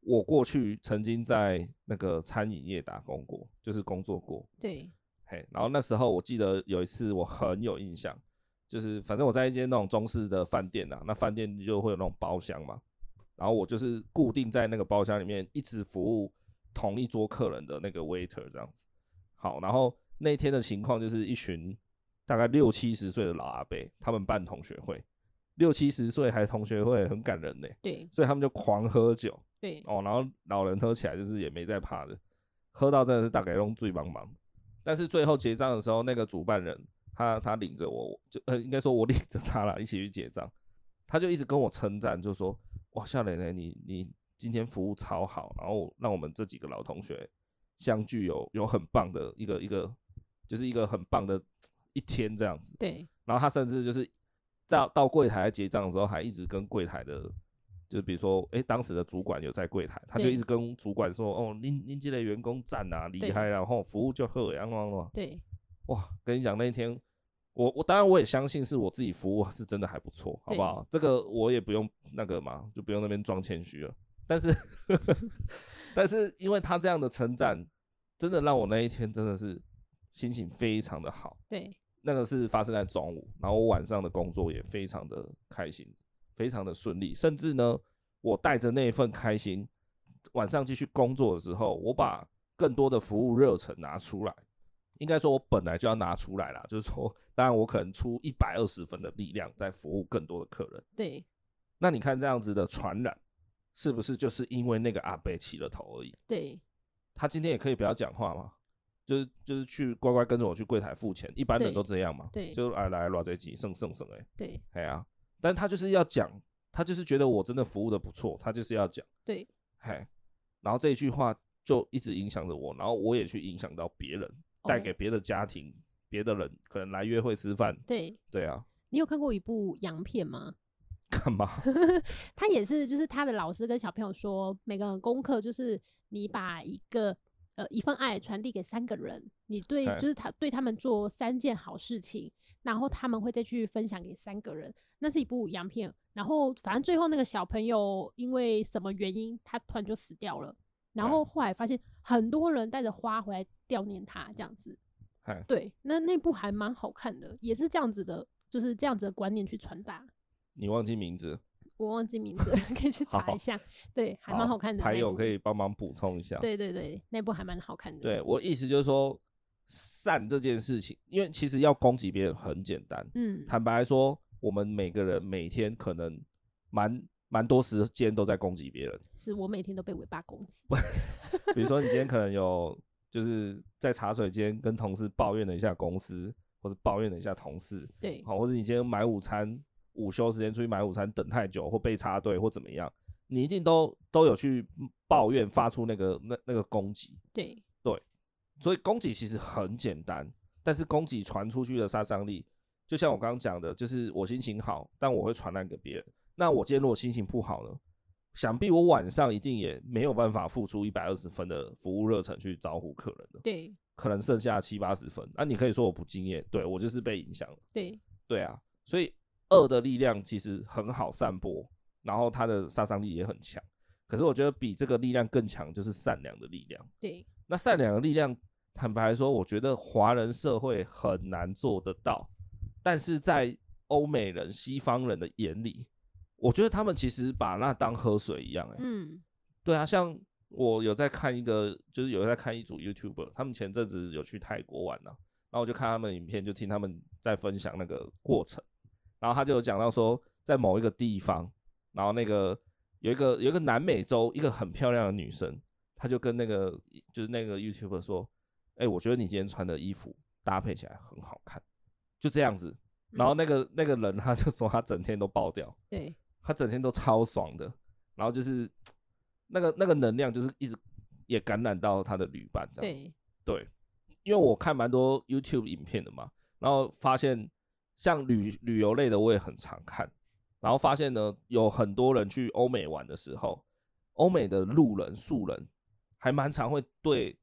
A: 我过去曾经在那个餐饮业打工过，就是工作过。
B: 对，
A: 嘿，然后那时候我记得有一次我很有印象，就是反正我在一间那种中式的饭店啊，那饭店就会有那种包厢嘛，然后我就是固定在那个包厢里面一直服务同一桌客人的那个 waiter 这样子。好，然后那天的情况就是一群大概六七十岁的老阿伯，他们办同学会，六七十岁还同学会，很感人呢、
B: 对
A: 所以他们就狂喝酒，
B: 对，
A: 哦，然后老人喝起来就是也没在怕的，喝到真的是大概弄醉茫茫。但是最后结账的时候，那个主办人他他领着我，就呃应该说我领 着他啦，一起去结账，他就一直跟我称赞，就说哇夏蕾蕾你你今天服务超好，然后让我们这几个老同学相聚有有很棒的一个一个就是一个很棒的一天这样子。
B: 对
A: 然后他甚至就是到到柜台结账的时候，还一直跟柜台的，就是比如说，哎，当时的主管有在柜台，他就
B: 对
A: 一直跟主管说，哦，您您这类员工赞啊，厉
B: 对
A: 害啊，然后服务就好，然后然后
B: 对
A: 哇，跟你讲那一天，我我当然我也相信是我自己服务是真的还不错，好
B: 对
A: 不好？这个我也不用那个嘛，就不用那边装谦虚了。但 是但是因为他这样的称赞，真的让我那一天真的是心情非常的好。
B: 对
A: 那个是发生在中午，然后我晚上的工作也非常的开心，非常的顺利，甚至呢，我带着那一份开心，晚上继续工作的时候，我把更多的服务热忱拿出来，应该说我本来就要拿出来啦，就是说，当然我可能出一百二十分的力量在服务更多的客人，
B: 对
A: 那你看这样子的传染，是不是就是因为那个阿伯起了头而已？
B: 对
A: 他今天也可以不要讲话嘛，就是就是去乖乖跟着我去柜台付钱，一般人
B: 对
A: 都这样嘛，
B: 对
A: 就哎来来这集剩剩剩哎，
B: 对
A: 哎呀，但他就是要讲，他就是觉得我真的服务的不错，他就是要讲，
B: 对
A: 嘿，然后这一句话就一直影响着我，然后我也去影响到别人，
B: 哦
A: 带给别的家庭、别的人，可能来约会吃饭，
B: 对。
A: 对啊，
B: 你有看过一部洋片吗？
A: 干嘛？
B: 他也是，就是他的老师跟小朋友说，每个人功课就是你把一个呃一份爱传递给三个人，你对
A: 哎
B: 就是他对他们做三件好事情，然后他们会再去分享给三个人。那是一部洋片，然后反正最后那个小朋友因为什么原因，他突然就死掉了。然
A: 哎
B: 后后来发现很多人带着花回来悼念他，这样子。
A: 哎
B: 对，那那部还蛮好看的，也是这样子的，就是这样子的观念去传达。
A: 你忘记名字，
B: 我忘记名字了， 可以去查
A: 好
B: 一下。对，还蛮好看的。
A: 还
B: 那
A: 有
B: 部
A: 可以帮忙补充一下，
B: 对对对，那部还蛮好看的。
A: 对我意思就是说，善这件事情，因为其实要攻击别人很简单。
B: 嗯，
A: 坦白说，我们每个人每天可能蛮蛮多时间都在攻击别人。
B: 是我每天都被尾巴攻击。
A: 比如说，你今天可能有就是在茶水间跟同事抱怨了一下公司，或者抱怨了一下同事，
B: 对
A: 好，或者你今天买午餐，午休时间出去买午餐等太久，或被插队或怎么样，你一定都都有去抱怨，发出那个那那个攻击。
B: 对
A: 所以供给其实很简单，但是供给传出去的杀伤力，就像我刚刚讲的，就是我心情好，但我会传染给别人。那我今天如果心情不好呢？想必我晚上一定也没有办法付出一百二十分的服务热忱去招呼客人的，
B: 对
A: 可能剩下七八十分。那、你可以说我不敬业，对我就是被影响了。
B: 对，
A: 对啊，所以恶的力量其实很好散播，然后它的杀伤力也很强。可是我觉得比这个力量更强就是善良的力量。
B: 对，
A: 那善良的力量，坦白来说，我觉得华人社会很难做得到，但是在欧美人、西方人的眼里，我觉得他们其实把那当喝水一样、欸。
B: 嗯，
A: 对啊，像我有在看一个，就是有在看一组 YouTuber，他们前阵子有去泰国玩呐、啊然后我就看他们影片，就听他们在分享那个过程，然后他就有讲到说，在某一个地方，然后那个有一个有一个南美洲一个很漂亮的女生，她就跟那个就是那个 YouTuber 说，哎、我觉得你今天穿的衣服搭配起来很好看，就这样子。然后那个那个人他就说他整天都爆掉，
B: 嗯对
A: 他整天都超爽的，然后就是那个那个能量，就是一直也感染到他的旅伴这样子。
B: 对，
A: 对，因为我看蛮多 YouTube 影片的嘛，然后发现像旅旅游类的我也很常看，然后发现呢，有很多人去欧美玩的时候，欧美的路人素人还蛮常会对，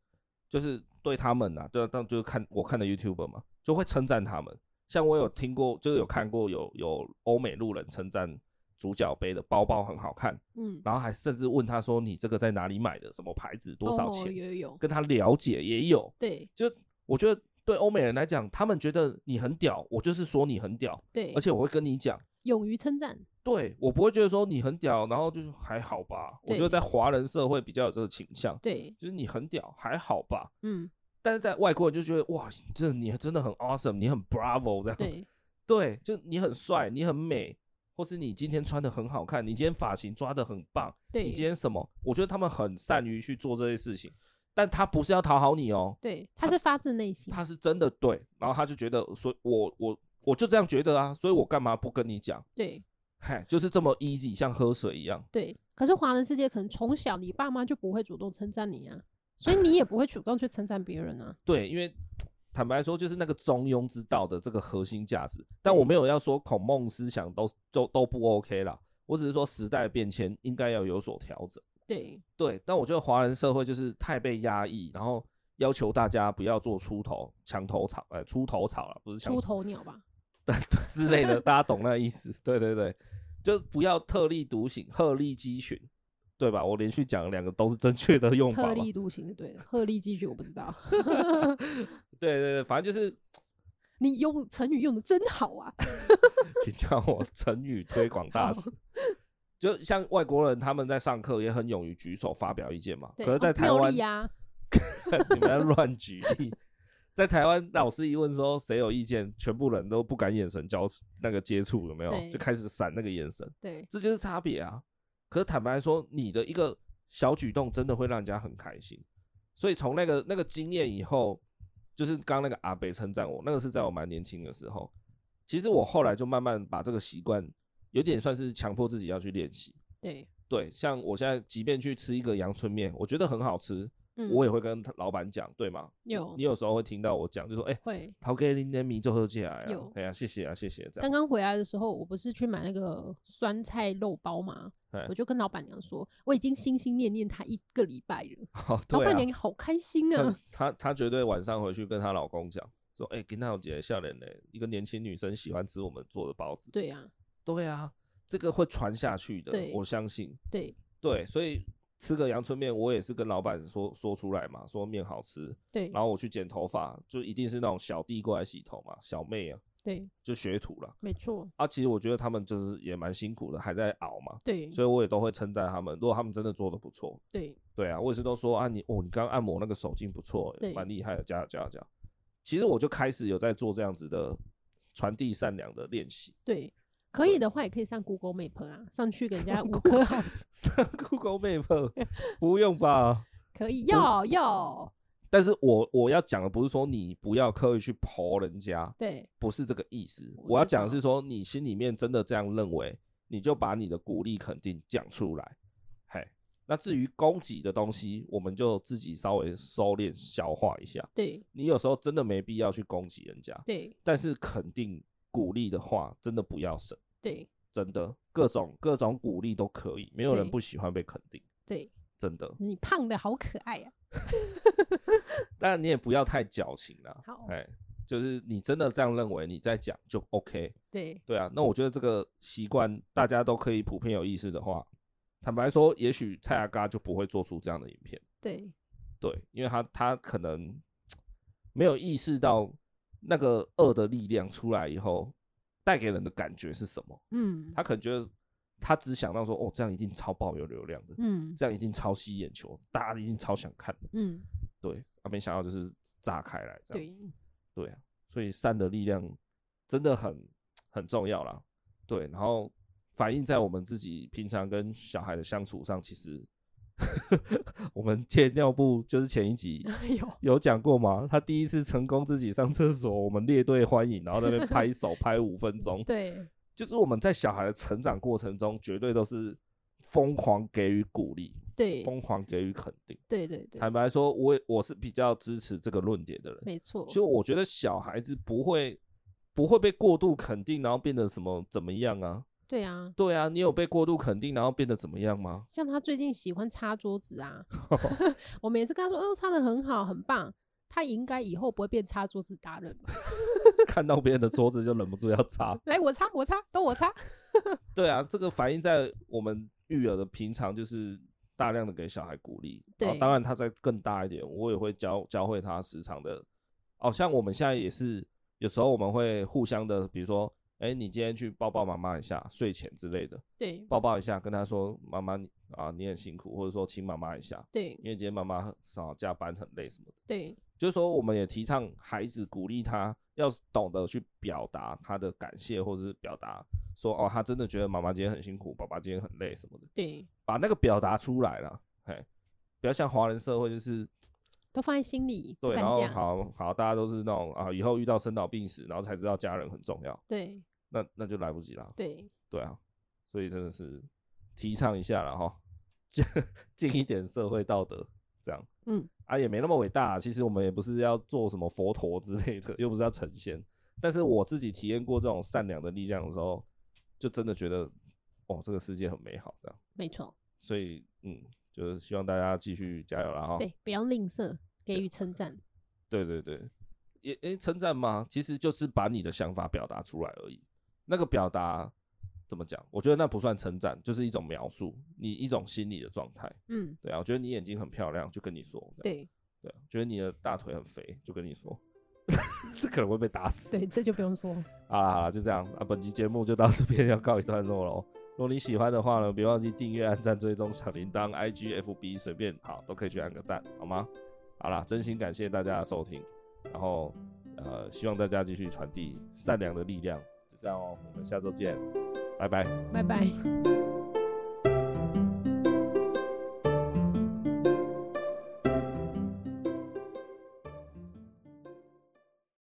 A: 就是对他们呐、啊，对啊，当就是看我看的 YouTuber 嘛，就会称赞他们。像我有听过，就是有看过有有欧美路人称赞主角杯的包包很好看，
B: 嗯，
A: 然后还甚至问他说你这个在哪里买的，什么牌子，多少
B: 哦
A: 钱，
B: 有有有，
A: 跟他了解也有。
B: 对
A: 就我觉得对欧美人来讲，他们觉得你很屌，我就是说你很屌，
B: 对，
A: 而且我会跟你讲，
B: 勇于称赞，
A: 对我不会觉得说你很屌，然后就是还好吧。我
B: 对
A: 觉得在华人社会比较有这个倾向，
B: 对，
A: 就是你很屌还好吧，
B: 嗯，
A: 但是在外国人就觉得哇，这你真的很 awesome，你很 bravo 这样，
B: 对
A: 对就你很帅，你很美。或是你今天穿的很好看，你今天发型抓的很棒，
B: 对，
A: 你今天什么？我觉得他们很善于去做这些事情，但他不是要讨好你哦，
B: 对，他是发自内心，
A: 他是真的对，然后他就觉得，所以我我我就这样觉得啊，所以我干嘛不跟你讲？
B: 对
A: 嗨，就是这么 easy，像喝水一样。
B: 对。可是华人世界可能从小你爸妈就不会主动称赞你啊，所以你也不会主动去称赞别人啊。
A: 对，因为坦白说，就是那个中庸之道的这个核心价值。但我没有要说孔孟思想都都都不 OK 啦，我只是说时代变迁应该要有所调整。
B: 对
A: 对，但我觉得华人社会就是太被压抑，然后要求大家不要做出头墙头草，呃，出头草了，不是墙
B: 出头鸟吧？
A: 之类的，大家懂那个意思？对对对，就不要特立独行、鹤立鸡群，对吧？我连续讲两个都是正确的用
B: 特
A: 法嘛。
B: 立独行是对的，鹤立鸡群我不知道。
A: 对对对，反正就是
B: 你用成语用的真好啊！
A: 请叫我成语推广大使。就像外国人他们在上课也很勇于举手发表意见嘛，
B: 对，
A: 可是，在
B: 哦
A: 台
B: 妙
A: 湾
B: 丽、啊，
A: 你们在乱举例。在台湾，老师一问说谁有意见，全部人都不敢眼神交那个接触，有没有？
B: 对
A: 就开始闪那个眼神。
B: 对
A: 这就是差别啊。可是坦白说，你的一个小举动真的会让人家很开心。所以从那个那个经验以后，就是刚刚那个阿北称赞我，那个是在我蛮年轻的时候。其实我后来就慢慢把这个习惯，有点算是强迫自己要去练习。
B: 对，
A: 对，像我现在即便去吃一个阳春面，我觉得很好吃，
B: 嗯，哦
A: 我也会跟老板讲，对吗？
B: 有
A: 你有时候会听到我讲，就说：“哎、
B: 会。
A: 陶给林的米就喝起来啊
B: 有，
A: 哎呀，谢谢啊，谢谢。”这
B: 刚
A: 样，
B: 刚回来的时候，我不是去买那个酸菜肉包嘛
A: 哎，
B: 我就跟老板娘说，我已经心心念念她一个礼拜了。
A: 好，
B: 老
A: 对啊
B: 板。娘好 开心
A: 她
B: 啊！
A: 她她绝对晚上回去跟她老公讲说：“哎、给那有姐笑脸嘞，一个年轻女生喜欢吃我们做的包子。
B: 对啊，”
A: 对啊，这个会传下去的，
B: 对
A: 我相信。
B: 对
A: 对，所以吃个阳春面，我也是跟老板说说出来嘛，说面好吃。
B: 对
A: 然后我去剪头发，就一定是那种小弟过来洗头嘛，小妹啊，
B: 对，
A: 就学徒了。
B: 没错，
A: 啊，其实我觉得他们就是也蛮辛苦的，还在熬嘛，
B: 对
A: 所以我也都会称赞他们。如果他们真的做的不错，
B: 对
A: 对啊，我也是都说啊，你哦，你刚刚按摩那个手劲不错，
B: 对
A: 蛮厉害的，加油加油加油！其实我就开始有在做这样子的传递善良的练习。
B: 对，可以的话也可以上 Google Map 啊，上去给人家五颗好，
A: 上 Google Map 不用吧？
B: 可以要要，
A: 但是我我要讲的不是说你不要刻意去刨人家，
B: 对
A: 不是这个意思。
B: 我
A: 我要
B: 知道
A: 讲的是说，你心里面真的这样认为，你就把你的鼓励肯定讲出来。嘿，那
B: 嗯
A: 至于供给的东西，我们就自己稍微收敛消化一下。
B: 对
A: 你有时候真的没必要去攻击人家，
B: 对
A: 但是肯定鼓励的话，真的不要省，
B: 对
A: 真的各种各种鼓励都可以，没有人
B: 对
A: 不喜欢被肯定，
B: 对，
A: 真的。
B: 你胖的好可爱呀、
A: 但你也不要太矫情啦
B: 好，
A: 哎，就是你真的这样认为，你再讲就 OK。
B: 对
A: 对啊，那我觉得这个习惯大家都可以普遍有意识的话，坦白说，也许蔡阿嘎就不会做出这样的影片。
B: 对
A: 对，因为他他可能没有意识到那个恶的力量出来以后带给人的感觉是什么，
B: 嗯
A: 他可能觉得他只想到说，哦，这样一定超爆有流量的，
B: 嗯
A: 这样一定超吸眼球，大家一定超想看的，
B: 嗯，
A: 对，啊，没想到就是炸开来这
B: 对
A: 样子，对啊，所以善的力量真的很很重要啦，对，然后反映在我们自己平常跟小孩的相处上，其实 我们借尿布就是前一集
B: 有
A: 有讲过吗？他第一次成功自己上厕所，我们列队欢迎，然后在那边拍手拍五分钟。，
B: 对
A: 就是我们在小孩的成长过程中，绝对都是疯狂给予鼓励，
B: 对
A: 疯狂给予肯定。
B: 对对对，
A: 坦白说，我也我是比较支持这个论点的人。
B: 没错，
A: 就我觉得小孩子不会不会被过度肯定，然后变得什么怎么样啊？
B: 对啊，
A: 对啊，你有被过度肯定，然后变得怎么样吗？
B: 像他最近喜欢擦桌子啊，我每次跟他说，哦，擦的很好，很棒，他应该以后不会变擦桌子达人吧？
A: 看到别人的桌子就忍不住要擦。
B: 来，我擦，我擦，都我擦，
A: 对啊，这个反映在我们育儿的平常，就是大量的给小孩鼓励。
B: 对
A: 然后当然他再更大一点，我也会教教会他时常的。哦，像我们现在也是，有时候我们会互相的，比如说，哎，你今天去抱抱妈妈一下，睡前之类的，
B: 对
A: 抱抱一下，跟他说，妈妈你啊，你很辛苦，或者说亲妈妈一下，
B: 对
A: 因为今天妈妈少加班很累什么的。
B: 对
A: 就是说，我们也提倡孩子鼓励他要懂得去表达他的感谢，或者是表达说哦，他真的觉得妈妈今天很辛苦，爸爸今天很累什么的，
B: 对，
A: 把那个表达出来了，嘿，不要像华人社会就是
B: 都放在心里，不
A: 对，
B: 敢
A: 然后
B: 讲，
A: 好好大家都是那种啊，以后遇到生老病死，然后才知道家人很重要，
B: 对
A: 那那就来不及了，
B: 对
A: 对啊，所以真的是提倡一下了哈，尽尽一点社会道德，这样。
B: 嗯
A: 啊，也没那么伟大、其实我们也不是要做什么佛陀之类的， 又不是要成仙。但是我自己体验过这种善良的力量的时候，就真的觉得，哦，这个世界很美好，这样。
B: 没错，
A: 所以，嗯，就是希望大家继续加油啦哈。
B: 对，不要吝啬给予称赞，
A: 对对对，也诶，称赞吗？其实就是把你的想法表达出来而已。那个表达怎么讲？我觉得那不算称赞，就是一种描述你一种心理的状态。
B: 嗯，
A: 对啊，我觉得你眼睛很漂亮，就跟你说。这样
B: 对
A: 对啊，觉得你的大腿很肥，就跟你说， 这可能会被打死。
B: 对，这就不用说，
A: 好啦好啦，就这样啊，本期节目就到这边 要告一段落喽。如果你喜欢的话呢，别忘记订阅、按赞、追踪小铃铛、IG、FB，随便好都可以去按个赞，好吗？好啦，真心感谢大家的收听，然后呃，希望大家继续传递善良的力量，就这样哦，我们下周见，拜拜。
B: 拜拜。